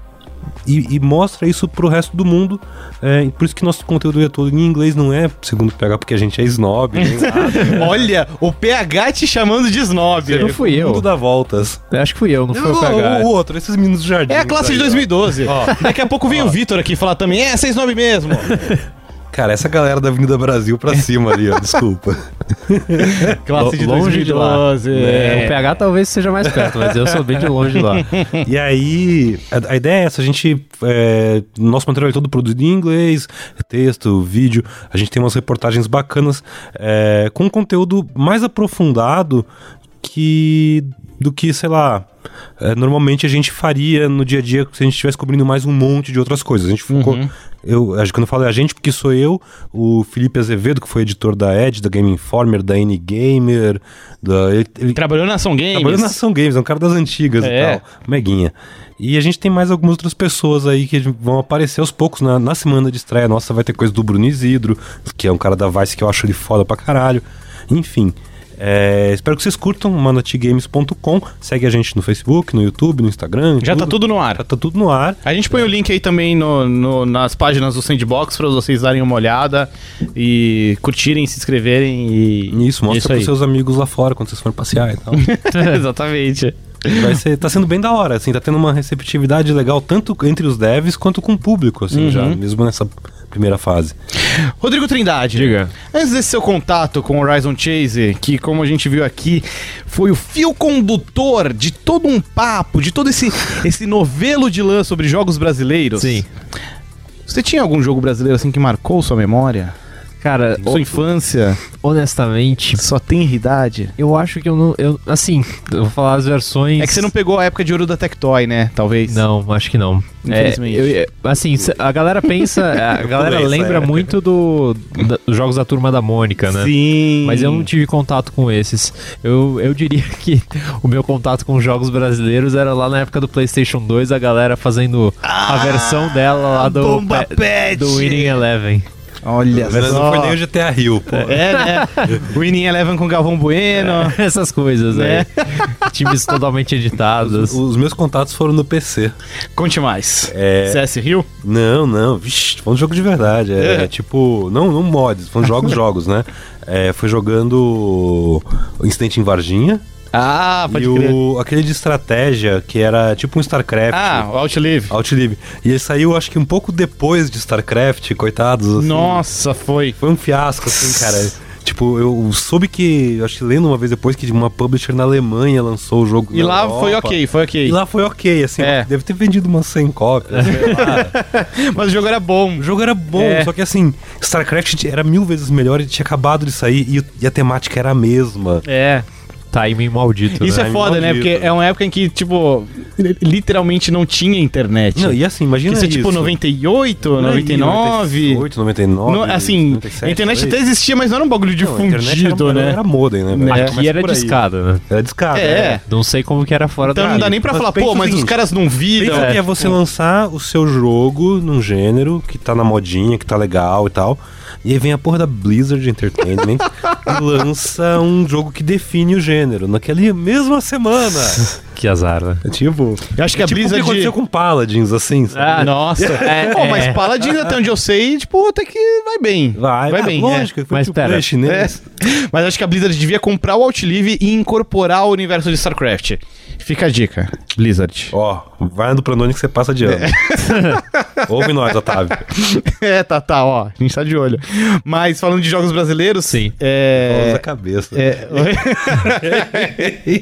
E, e mostra isso pro resto do mundo. É, e por isso que nosso conteúdo é todo em inglês, não é, segundo o PH, porque a gente é snob. nem (laughs) nada. Olha, o PH te chamando de snob. Não fui O mundo eu. dá voltas. Acho que fui eu, não foi o PH. o outro, esses meninos do jardim. É a classe de aí, ó. 2012. Daqui a pouco vem o Vitor aqui falar também. É, vocês nove (laughs) mesmo. Cara, essa galera da Avenida Brasil pra cima ali, (laughs) ó, desculpa. Classe de longe de lá. 2012. É, O PH talvez seja mais perto, mas eu sou bem de (laughs) longe lá. E aí, a, a ideia é essa, a gente, é, nosso material é todo produzido em inglês, é texto, vídeo, a gente tem umas reportagens bacanas, é, com um conteúdo mais aprofundado que, do que, sei lá, é, normalmente a gente faria no dia a dia se a gente estivesse cobrindo mais um monte de outras coisas. A gente ficou... Eu, acho que quando eu falo é a gente, porque sou eu, o Felipe Azevedo, que foi editor da Edge, da Game Informer, da N-Gamer, da... ele- ele- Trabalhou na Ação Games. Trabalhando na Ação Games, é um cara das antigas É. e tal. Meguinha. E a gente tem mais algumas outras pessoas aí que vão aparecer aos poucos. né? Na, na semana de estreia nossa vai ter coisa do Bruno Isidro, que é um cara da Vice que eu acho ele foda pra caralho. Enfim. é, espero que vocês curtam, manatigames.com. Segue a gente no Facebook, no YouTube, no Instagram. em Já tá tudo no ar. Já tá tudo no ar. A gente põe o link aí também no- no- nas páginas do Sandbox pra vocês darem uma olhada e curtirem, se inscreverem e. E Isso, mostra aí. pros seus amigos lá fora quando vocês forem passear e (laughs) tal. Exatamente. Vai ser, tá sendo bem da hora, assim, tá tendo uma receptividade legal tanto entre os devs quanto com o público, assim, já, Uhum. mesmo nessa primeira fase. Rodrigo Trindade. Diga. Antes desse seu contato com Horizon Chase, que como a gente viu aqui, foi o fio condutor de todo um papo, de todo (laughs) esse, esse novelo de lã sobre jogos brasileiros. Sim. Você tinha algum jogo brasileiro assim que marcou sua memória? Cara, Sua infância? honestamente, Sua tenridade? eu acho que eu não. Eu, assim, eu vou falar as versões. É que você não pegou a época de ouro da Tectoy, né? Talvez. (laughs) Não, acho que não. Infelizmente. É, eu- é, assim, cê- a galera pensa, (laughs) a galera Tudo bem, lembra sai. muito do, da- dos jogos da turma da Mônica, né? é. Sim. Mas eu não tive contato com esses. Eu, eu diria que (laughs) o meu contato com jogos brasileiros era lá na época do PlayStation 2, a galera fazendo a versão dela lá do, Ah, Bomba pe- Pet! do Winning Eleven. Olha Mas só. não foi nem o GTA Rio, pô. É, (laughs) né? Winning Eleven com Galvão É. Bueno. Essas coisas, né? Times (laughs) totalmente editados. Os meus contatos foram no PC. Conte mais. É. CS Rio? Não, não, vixi, tô falando de jogo de verdade. É, É. tipo, não, não mods, (laughs) tô falando de jogos, jogos, né? É, foi jogando o Incidente em Varginha Ah, pode e crer. o, aquele de estratégia que era tipo um StarCraft. Ah, o Outlive. Outlib. E ele saiu, acho que um pouco depois de StarCraft, coitados. assim. Nossa, foi. Foi um fiasco, assim, cara. Tipo, eu soube que, acho que lendo uma vez depois, que uma publisher na Alemanha lançou o jogo. E na lá foi Europa. ok, foi E ok. lá foi ok, assim. É. Deve ter vendido umas 100 cópias. (laughs) sei lá. Mas o jogo era bom. o jogo era bom, É. só que assim, StarCraft era mil vezes melhor e tinha acabado de sair e, e a temática era a mesma. É. Timing maldito. Isso né? é foda, né? Porque é uma época em que, tipo, literalmente não tinha internet. Não, e assim, imagina isso é isso. tipo um, 98, Por aí, 99. 98, 99. No- assim, a internet até existia, mas não era um bagulho difundido, era, né? Era modem, né? velho? É, Aqui Começa era por aí. discada, né? Era discada. É. Não sei como que era fora Então da não dá nem pra Mas falar, pensa pô, o mas os seguinte, caras não viram. Pensa que é você lançar o seu jogo num gênero que tá na modinha, que tá legal e tal. E aí vem a porra da Blizzard Entertainment (laughs) e lança um jogo que define o gênero naquela mesma semana. (laughs) Que azar, né? (laughs) tipo, Eu acho que é a tipo o que Blizzard... aconteceu com Paladins, assim. sabe? Ah, Nossa. (laughs) É, Pô, é. mas Paladins, até onde eu sei, tipo, até que vai bem. Vai, vai ah, bem, lógico, é. foi Mas tipo pera. play chinês. É. Mas acho que a Blizzard devia comprar o Outlive e incorporar o universo de StarCraft. Fica a dica, Blizzard. Ó, vai no Pranone que você passa de (laughs) ano. Ouve nós, Otávio. (laughs) é, tá, tá, ó. A gente tá de olho. Mas falando de jogos brasileiros. Sim. Usa a É. cabeça. É,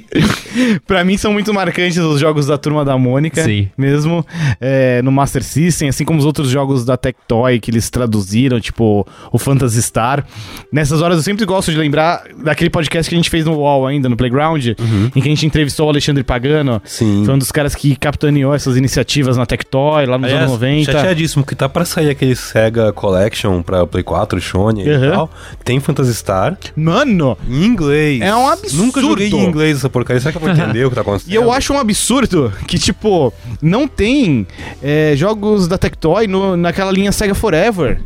(laughs) pra mim são muito marcantes os jogos da Turma da Mônica, Sim. mesmo é, no Master System, assim como os outros jogos da Tectoy que eles traduziram, tipo o Phantasy Star. Nessas horas eu sempre gosto de lembrar daquele podcast que a gente fez no UOL ainda, no Playground, em que a gente entrevistou o Alexandre Pagano, Sim. foi um dos caras que captou capitaneou essas iniciativas na Tectoy lá nos anos 90. chateadíssimo que tá pra sair aquele Sega Collection pra Play 4, Shone Uhum. e tal. Tem Phantasy Star Mano, em inglês. É um absurdo. Nunca joguei em inglês essa porcaria. Será que eu vou entender o que tá acontecendo? E eu acho um absurdo que, tipo, não tem é, jogos da Tectoy no, naquela linha Sega Forever.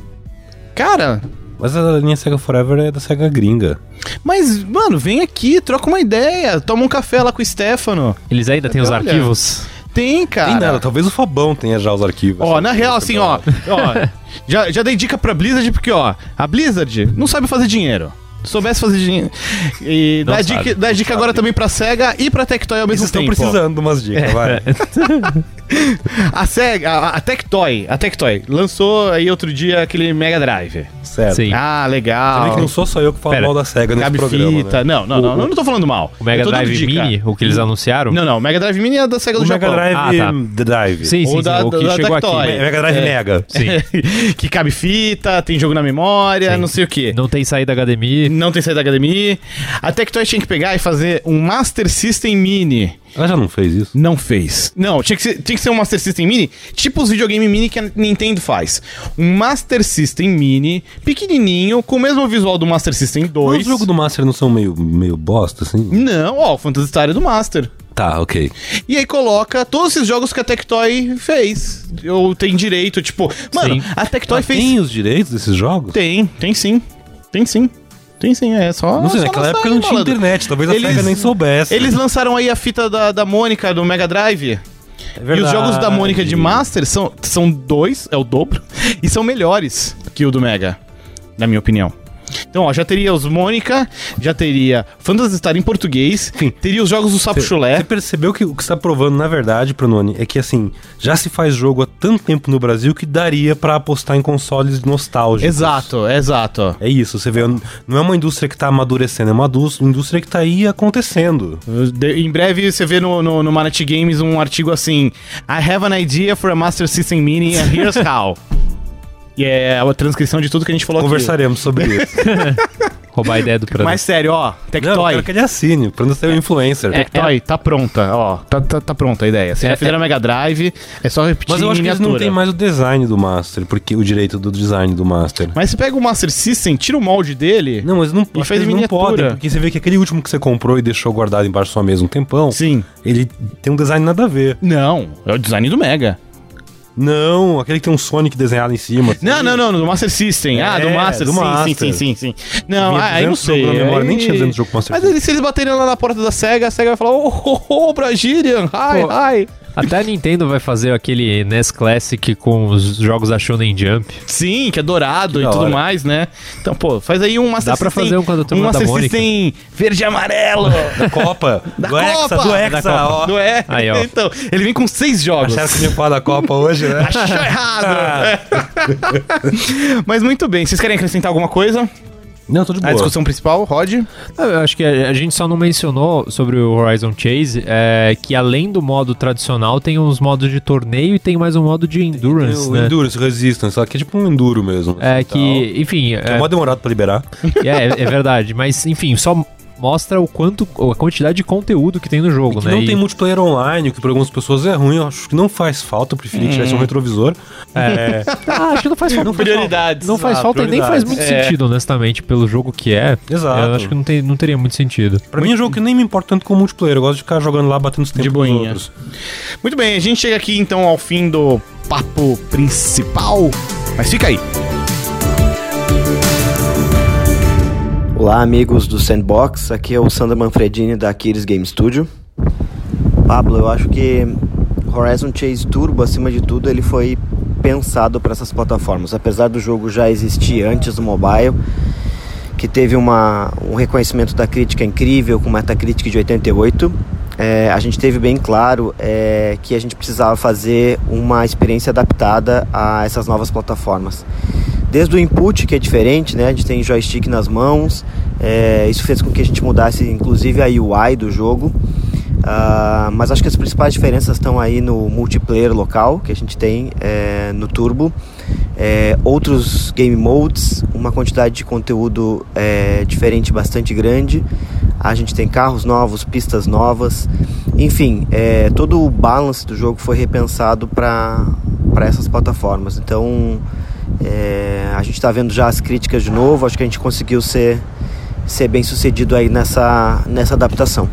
Cara, Mas a linha Sega Forever é da Sega gringa. mas, mano, vem aqui, troca uma ideia, toma um café lá com o Stefano. Eles ainda têm os Olha. arquivos? Tem, Tem nada, tá cara. talvez o Fabão tenha já os arquivos. Ó, na real, tá assim, ó, ó já, já dei dica pra Blizzard, porque, ó, a Blizzard não sabe fazer dinheiro. Se soubesse fazer dinheiro. E Não dá sabe, dica, dá não dica sabe. agora também pra SEGA e pra Tectoy ao Vocês mesmo estão tempo. precisando de umas É. (laughs) dicas, vai. A SEGA, a, a Tectoy, a Tectoy lançou aí outro dia aquele Mega Drive. Certo. Sim. Ah, Você vê legal. que não sou só eu que falo Pera. mal da SEGA nesse Cabe programa. né? fita. Não, não, não, eu não tô falando mal. O Mega Eu tô dando Drive dica. Mini, o que eles anunciaram? Hum. Não, não, o Mega Drive Mini é da SEGA do O Mega Japão. Drive Ah, tá. Drive. É, Sim, sim, Ou sim, da- o que da chegou Tectoy. aqui. Mega É. Drive Mega. (laughs) Sim. que cabe fita, tem jogo na memória, Sim. não sei o quê. Não tem saída HDMI. Não tem saída HDMI. A Tectoy tinha que pegar e fazer um Master System Mini. Ela já não fez isso? Não fez. Não, tinha que ser, tinha que ser um Master System Mini, tipo os videogame mini que a Nintendo faz. Um Master System Mini, pequenininho, com o mesmo visual do Master System 2. é Os jogos do Master não são meio, meio bosta, assim? Não, ó, o Phantasy Star é do Master. Tá, ok. E aí coloca todos esses jogos que a Tectoy fez. Eu tenho direito, tipo. Mano, Sim. a Tectoy Ela fez. Ah, tem os direitos desses jogos? Tem, tem sim. Tem sim. Tem sim, é só. Não sei, só naquela lançar época aí, não tinha malandro. internet, talvez a Eles- SEGA nem soubesse. Eles lançaram aí a fita da, da Mônica do Mega Drive. É E os jogos da verdade. Mônica de Master são, são dois, é o dobro, (laughs) e são melhores que o do Mega, na minha opinião. Então, ó, já teria os Mônica, já teria Phantasy Star em português, teria os jogos do Sapo Você Chulé. percebeu que o que você tá provando, na verdade, Prononi, é que assim, já se faz jogo há tanto tempo no Brasil que daria pra apostar em consoles nostálgicos. Exato, exato. É isso, você vê, não é uma indústria que tá amadurecendo, é uma dus- indústria que tá aí acontecendo. De- em breve você vê no, no, no Manati Games um artigo assim: I have an idea for a Master System Mini and here's (laughs) how. e é a transcrição de tudo que a gente falou Conversaremos (laughs) sobre isso. Roubar a ideia do aqui. programa. Mas sério, ó, né? Não, eu quero Tectoy. É. que ele assine, pra não ser um influencer. Tectoy, tá pronta, ó. Tá, tá, tá pronta a ideia. Vocês É- já fizeram a Mega Drive, é só repetir Mas eu em acho que eles não miniatura. têm mais o design do Master, porque o direito do design do Master. Mas você pega o Master System, tira o molde dele. Não, mas não, acho que fez eles não miniatura. podem, porque você vê que aquele último que você comprou e deixou guardado embaixo da sua mesa um tempão, Sim. ele tem um design nada a ver. Não, é o design do Mega. Não, aquele que tem um Sonic desenhado em cima. assim. Não, não, não, do Master System. ah, do É, Master, do sim, Master. sim, sim, sim, sim. Não, Vinha ah, aí não 200 jogo sei. na memória, aí- nem tinha 200 jogo com Master Mas eles- se eles baterem lá na porta da SEGA, a SEGA vai falar, ô, oh, oh, Bragirian, hi, Pô. hi. Até a Nintendo vai fazer aquele NES Classic com os jogos da Shonen Jump. Sim, que é dourado Que e da tudo hora. mais, né? Então, pô, faz aí um Master Dá pra fazer um com a Turma da Master Mônica. System verde e (laughs) amarelo. Da Copa. (laughs) Da do Copa. Hexa, do Hexa, ó. Não é? Aí, ó. (laughs) Então, ele vem com seis jogos. Acharam que eu ia falar da Copa hoje, né? Achou errado. (laughs) Mas muito bem, vocês querem acrescentar alguma coisa? Não, tô de A boa. discussão principal, Rod? Ah, Eu acho que a a gente só não mencionou sobre o Horizon Chase é, que além do modo tradicional tem uns modos de torneio e tem mais um modo de Tem endurance, o né? Endurance, o Resistance, só que é tipo um enduro mesmo. É assim, tal. que, enfim, Que é é, mó demorado pra liberar. Um é, é verdade, mas enfim, só mostra o quanto, a quantidade de conteúdo que tem no jogo, Que né? não E- tem multiplayer online, o que pra algumas pessoas é ruim. Eu acho que não faz falta. Eu preferia que Hum. tivesse um retrovisor. É. Ah, acho que (laughs) não faz falta. Prioridades. Não faz Ah, falta e nem faz prioridades. muito É. sentido, honestamente, pelo jogo que é. Exato. Eu acho que não, tem, não teria muito sentido. Pra mim é um jogo que nem me importa tanto com multiplayer. Eu gosto de ficar jogando lá, batendo os tempos De dos boinha. outros. Muito bem, a gente chega aqui então ao fim do papo principal. Mas fica aí. Olá, amigos do Sandbox. Aqui é o Sandro Manfredini da Aquiles Game Studio. Pablo, eu acho que Horizon Chase Turbo, acima de tudo, ele foi pensado para essas plataformas. Apesar do jogo já existir antes do mobile, que teve uma, um reconhecimento da crítica incrível, com Metacritic de 88, é, a gente teve bem claro é, que a gente precisava fazer uma experiência adaptada a essas novas plataformas. Desde o input, que é diferente, né? a gente tem joystick nas mãos, é, isso fez com que a gente mudasse inclusive a UI do jogo. Ah, mas acho que as principais diferenças estão aí no multiplayer local que a gente tem é, no Turbo, É, outros game modes, uma quantidade de conteúdo eh, é, diferente bastante grande. A gente tem carros novos, pistas novas Enfim, é, todo o balance do jogo foi repensado para essas plataformas. Então, é, a gente está vendo já as críticas de novo. Acho que a gente conseguiu ser, ser bem sucedido aí nessa, nessa adaptação.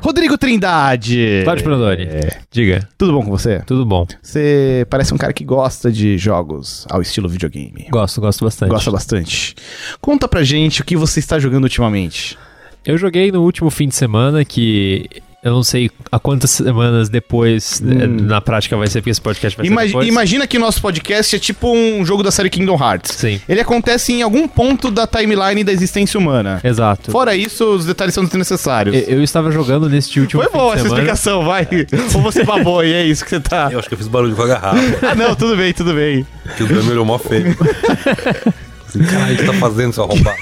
Rodrigo Trindade! Cláudio Prandoni, É. diga. Tudo bom com você? Tudo bom. Você parece um cara que gosta de jogos ao estilo videogame. Gosto, gosto bastante. Gosta bastante. Conta pra gente o que você está jogando ultimamente. Eu joguei no último fim de semana que. Eu não sei há quantas semanas depois, Hum. eh, na prática vai ser, porque esse podcast vai Ima- ser depois. imagina que nosso podcast é tipo um jogo da série Kingdom Hearts. Sim. Ele acontece em algum ponto da timeline da existência humana. Exato. Fora isso, os detalhes são desnecessários. Eu, eu estava jogando neste último Foi fim boa de essa semana. explicação, vai. Ou você babou e é isso que você tá. Eu acho que eu fiz barulho com a garrafa, Ah, não, tudo bem, tudo bem. que o meu olhou mó feio. Assim, Caralho, o que tá fazendo, seu arrombado?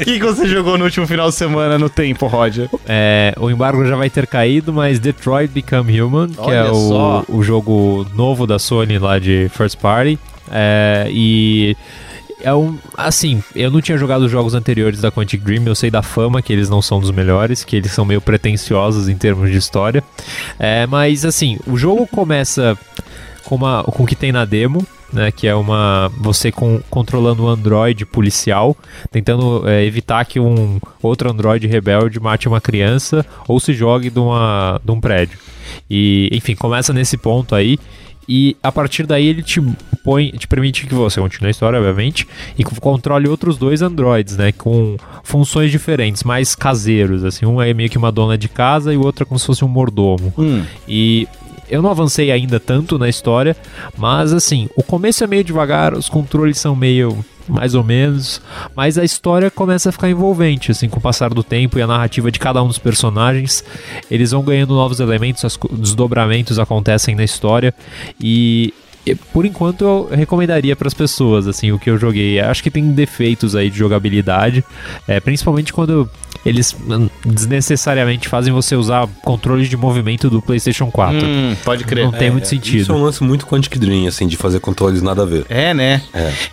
O que que você jogou no último final de semana no tempo, Roger? É, o embargo já vai ter caído, mas Detroit Become Human, que é Olha só. o, o jogo novo da Sony lá de First Party. É, e é um. Assim, eu não tinha jogado os jogos anteriores da Quantic Dream, eu sei da fama que eles não são dos melhores, que eles são meio pretensiosos em termos de história. É, mas, assim, o jogo começa com, uma, com o que tem na demo. Né, que é uma você com- controlando um androide policial, tentando é, evitar que um outro androide rebelde mate uma criança ou se jogue de, uma, de um prédio. E enfim, começa nesse ponto aí e a partir daí ele te põe, te permite que você continue a história, obviamente, e co- controle outros dois androides, né? Com funções diferentes, mais caseiros, assim. Um é meio que uma dona de casa e o outro é como se fosse um mordomo. E eu não avancei ainda tanto na história, mas assim, o começo é meio devagar, os controles são meio mais ou menos, mas a história começa a ficar envolvente, assim, com o passar do tempo e a narrativa de cada um dos personagens, eles vão ganhando novos elementos, as co- desdobramentos acontecem na história e e, por enquanto eu recomendaria para as pessoas assim o que eu joguei. Acho que tem defeitos aí de jogabilidade, é, principalmente quando eles hum, desnecessariamente fazem você usar controles de movimento do PlayStation 4. Hum, pode Não tem muito sentido. Isso é um lance muito Quantic Dream, assim, de fazer controles nada a ver. É, né?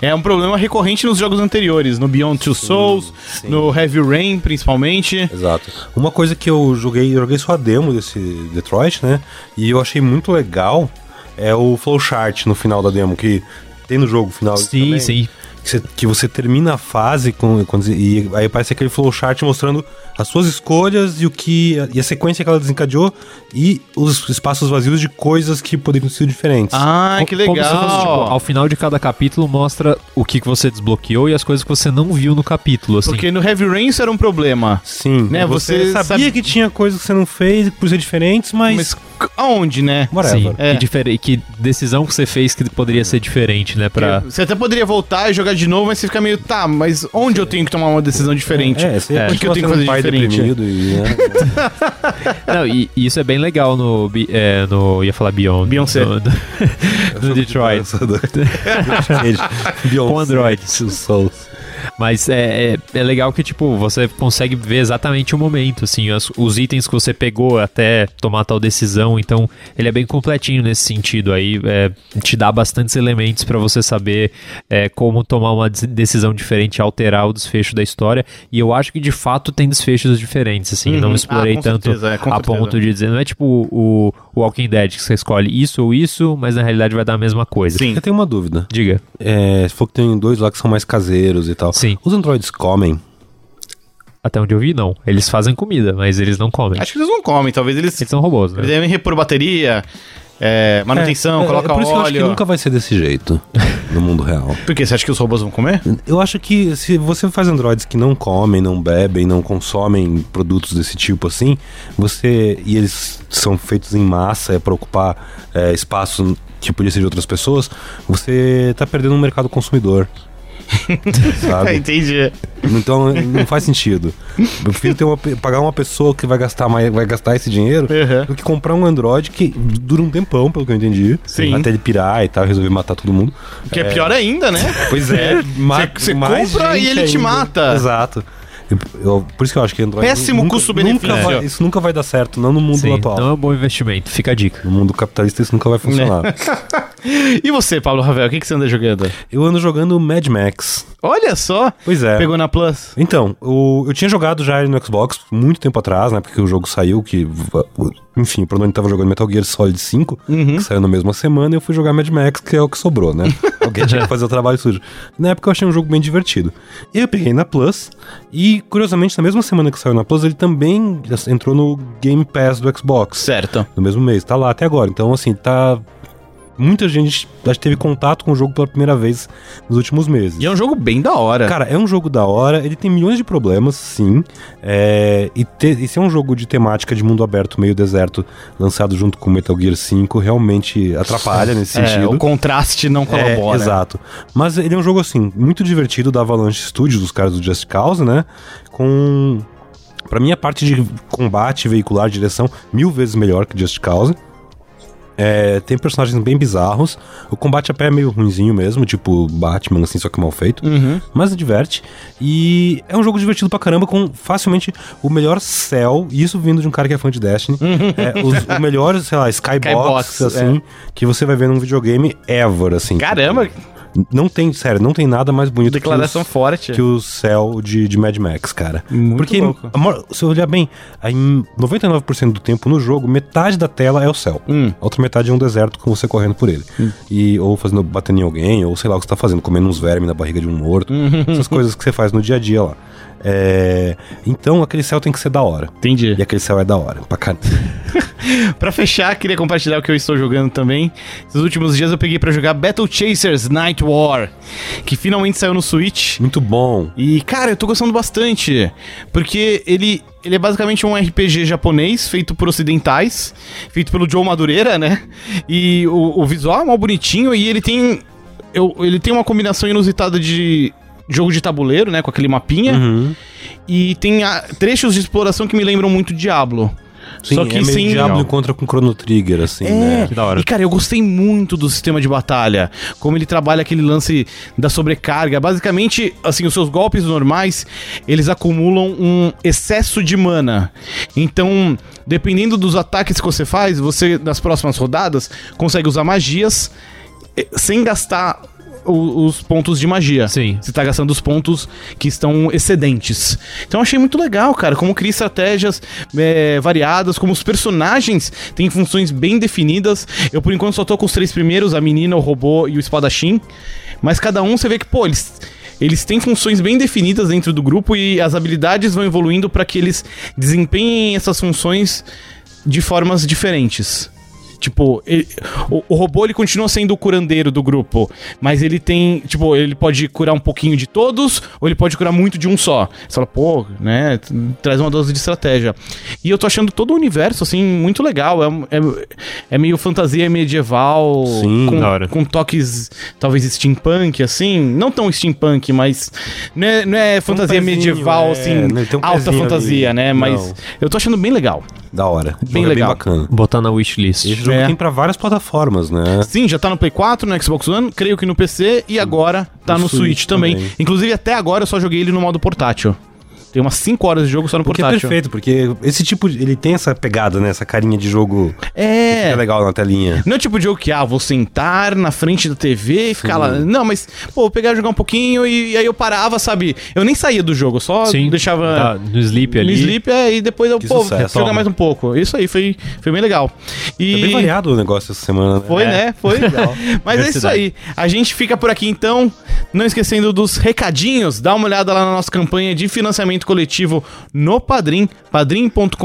É. um problema recorrente nos jogos anteriores, no Beyond Two Souls, sim. no Heavy Rain, principalmente. Exato. Uma coisa que eu joguei, eu joguei só a demo desse Detroit, né? E eu achei muito legal é o flowchart no final da demo, que tem no jogo final. Sim, também, sim. Que você, que você termina a fase com, com- e aí aparece aquele flowchart mostrando as suas escolhas e o que. e a sequência que ela desencadeou e os espaços vazios de coisas que poderiam ser diferentes. Ah, que Co- legal. como se fosse, tipo, ao final de cada capítulo mostra o que, que você desbloqueou e as coisas que você não viu no capítulo, assim. Porque no Heavy Rain isso era um problema. Sim. Né, Você, você sabia sabe- que tinha coisas que você não fez e que ser diferentes, mas. Mas c- aonde, né? Whatever. Sim, É. que, difere- que decisão que você fez que poderia ser diferente, né? Pra... Você até poderia voltar e jogar de novo, mas você fica meio, tá, mas onde eu tenho que tomar uma decisão diferente? É, você o que que eu continua tenho que sendo fazer um pai diferente? deprimido (laughs) e, né, Não, e, e isso é bem legal no. Bi- é, no ia falar Beyond. Beyoncé. No, no- no Detroit. (laughs) Beyoncé. Com androides. Os Souls. Mas é, é, é legal que, tipo, você consegue ver exatamente o momento, assim, as- os itens que você pegou até tomar tal decisão. Então, ele é bem completinho nesse sentido. Aí é, te dá bastantes elementos pra você saber é, como tomar uma des- decisão diferente, alterar o desfecho da história. E eu acho que de fato tem desfechos diferentes, assim. Uhum. Não Ah, explorei com tanto certeza, é, com a certeza. ponto de dizer. Não é tipo o, o Walking Dead que você escolhe isso ou isso, mas na realidade vai dar a mesma coisa. Sim. Eu tenho uma dúvida. Diga. É, se for que tem dois lá que são mais caseiros e tal. Sim. Os androides comem? Até onde eu vi, não. Eles fazem comida, mas eles não comem. Acho que eles não comem, talvez eles, Eles são robôs, né? eles é devem repor bateria, é, manutenção, É, coloca é, é por isso óleo. que eu acho que nunca vai ser desse jeito no mundo real. Por quê? Você acha que os robôs vão comer? Eu acho que se você faz androides que não comem, não bebem, não consomem produtos desse tipo assim, você. E eles são feitos em massa, é pra ocupar é, espaço que podia ser de outras pessoas, você tá perdendo um (laughs) mercado consumidor. Tá sabe? É, Entendi. Então não faz sentido. Eu prefiro ter uma pe- pagar uma pessoa que vai gastar mais, vai gastar esse dinheiro Uhum. do que comprar um Android que dura um tempão, pelo que eu entendi. Sim. Até ele pirar e tal, resolver matar todo mundo. Que é, pior ainda, né? Pois é, (laughs) ma- Você- você mais compra e gente ele te mata. Exato. Eu- eu- por isso que eu acho que Android. Péssimo nunca- custo-benefício. É. nunca vai- Isso nunca vai dar certo, não no mundo Sim, Então atual. não é um bom investimento, fica a dica. (laughs) No mundo capitalista isso nunca vai funcionar. E você, Pablo Ravel, o que, que você anda jogando? Eu ando jogando Mad Max. Olha só! Pois é. Pegou na Plus. Então, o- eu tinha jogado já ele no Xbox muito tempo atrás, né? Porque o jogo saiu, que. Enfim, o Prononi tava jogando Metal Gear Solid 5, que saiu na mesma semana, e eu fui jogar Mad Max, que é o que sobrou, né? Alguém tinha que fazer o trabalho sujo. Na época eu achei um jogo bem divertido. E eu peguei na Plus, e curiosamente, na mesma semana que saiu na Plus, ele também entrou no Game Pass do Xbox. Certo. No mesmo mês, tá lá até agora. Então, assim, tá. Muita gente acho que teve contato com o jogo pela primeira vez nos últimos meses. E é um jogo bem da hora. Cara, é um jogo da hora, ele tem milhões de problemas, sim. É, e, te, e ser um jogo de temática de mundo aberto, meio deserto, lançado junto com Metal Gear 5, realmente atrapalha nesse É, sentido. o contraste não É, colabora. né? exato. Mas ele é um jogo, assim, muito divertido da Avalanche Studios, dos caras do Just Cause, né? Com. Pra mim, a parte de combate, veicular, direção, mil vezes melhor que Just Cause. É, tem personagens bem bizarros. O combate a pé é meio ruinzinho mesmo, tipo Batman, assim, só que mal feito. Uhum. Mas diverte. E é um jogo divertido pra caramba, com facilmente o melhor céu, e isso vindo de um cara que é fã de (laughs) Destiny. é, os, o melhor, sei lá, Skybox, Skybox, é. assim, que você vai ver num videogame ever, assim. Caramba, Não tem, sério, não tem nada mais bonito declaração que, forte. os, que o céu de, de Mad Max, cara. Muito Porque, louco. a maior- se eu olhar bem, aí em 99% do tempo no jogo, metade da tela é o céu. A outra metade é um deserto com você correndo por ele. E, ou fazendo, batendo em alguém, ou sei lá o que você tá fazendo, comendo uns vermes na barriga de um morto. (laughs) Essas coisas que você faz no dia a dia lá. É, então aquele céu tem que ser da hora. Entendi. E aquele céu é da hora, pra caramba. Pra fechar, queria compartilhar o que eu estou jogando também. Esses últimos dias eu peguei pra jogar Battle Chasers Night War, que finalmente saiu no Switch. Muito bom. E, cara, eu tô gostando bastante. Porque ele, ele é basicamente um RPG japonês, feito por ocidentais, feito pelo Joe Madureira, né? E o, o visual é mal bonitinho e ele tem. eu- ele tem uma combinação inusitada de jogo de tabuleiro, né? Com aquele mapinha. Uhum. E tem ah, trechos de exploração que me lembram muito Diablo. Sim, Só que é meio sem. Diablo encontra com Chrono Trigger, assim, É, né? Que da hora. e cara, eu gostei muito do sistema de batalha. Como ele trabalha aquele lance da sobrecarga. Basicamente, assim, os seus golpes normais, eles acumulam um excesso de mana. Então, dependendo dos ataques que você faz, você, nas próximas rodadas, consegue usar magias eh, sem gastar o- os pontos de magia. Sim. Você tá gastando os pontos que estão excedentes. Então eu achei muito legal, cara, como cria estratégias é, variadas, como os personagens têm funções bem definidas. Eu, por enquanto, só tô com os três primeiros, a menina, o robô e o espadachim. Mas cada um você vê que, pô, eles. Eles têm funções bem definidas dentro do grupo e as habilidades vão evoluindo para que eles desempenhem essas funções de formas diferentes. Tipo, ele- o, o robô ele continua sendo o curandeiro do grupo, mas ele tem, tipo, ele pode curar um pouquinho de todos, ou ele pode curar muito de um só. Você fala, pô, né, t- traz uma dose de estratégia. E eu tô achando todo o universo, assim, muito legal. É, um- é- é meio fantasia medieval, Sim, com, da hora. com toques, talvez, steampunk, assim. Não tão steampunk, mas não é, não é fantasia pezinho, medieval, é, assim, né, tem um alta pezinho fantasia, ali. né, mas Não. eu tô achando bem legal. Da hora. O Bem jogo é legal. Bem bacana. Botar na wishlist. Esse jogo É. tem pra várias plataformas, né? Sim, já tá no Play 4, no Xbox One, creio que no PC e agora tá No no, Switch Switch, também. também. Inclusive, até agora eu só joguei ele no modo portátil. Tem umas 5 horas de jogo só no Porque é portátil. perfeito, porque esse tipo de, ele tem essa pegada, né? Essa carinha de jogo que É. fica legal na telinha. Não é o tipo de jogo que, ah, vou sentar na frente da TV e ficar lá. Não, mas, pô, vou pegar jogar um pouquinho e, e aí eu parava, sabe? Eu nem saía do jogo, eu só Sim. deixava. Tá, no sleep ali. Me sleep, é, e depois eu, Que pô, sucesso. jogar mais um pouco. Isso aí, foi, foi bem legal. E... Tá bem variado o negócio essa semana. né? Foi, né? Foi. (laughs) Mas é isso Diversidade. aí. A gente fica por aqui então. Não esquecendo dos recadinhos, dá uma olhada lá na nossa campanha de financiamento coletivo no Padrim, padrim.com.br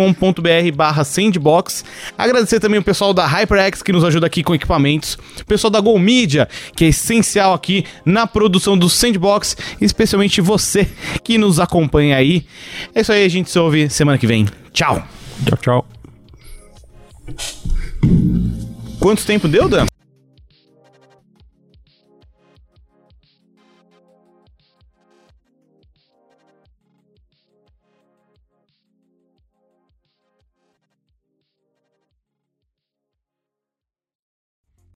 barra sandbox. Agradecer também o pessoal da HyperX que nos ajuda aqui com equipamentos. O pessoal da Go Media, que é essencial aqui na produção do Sandbox, especialmente você que nos acompanha aí. É isso aí, a gente se ouve semana que vem. Tchau! Tchau, tchau. Quanto tempo deu, Dan?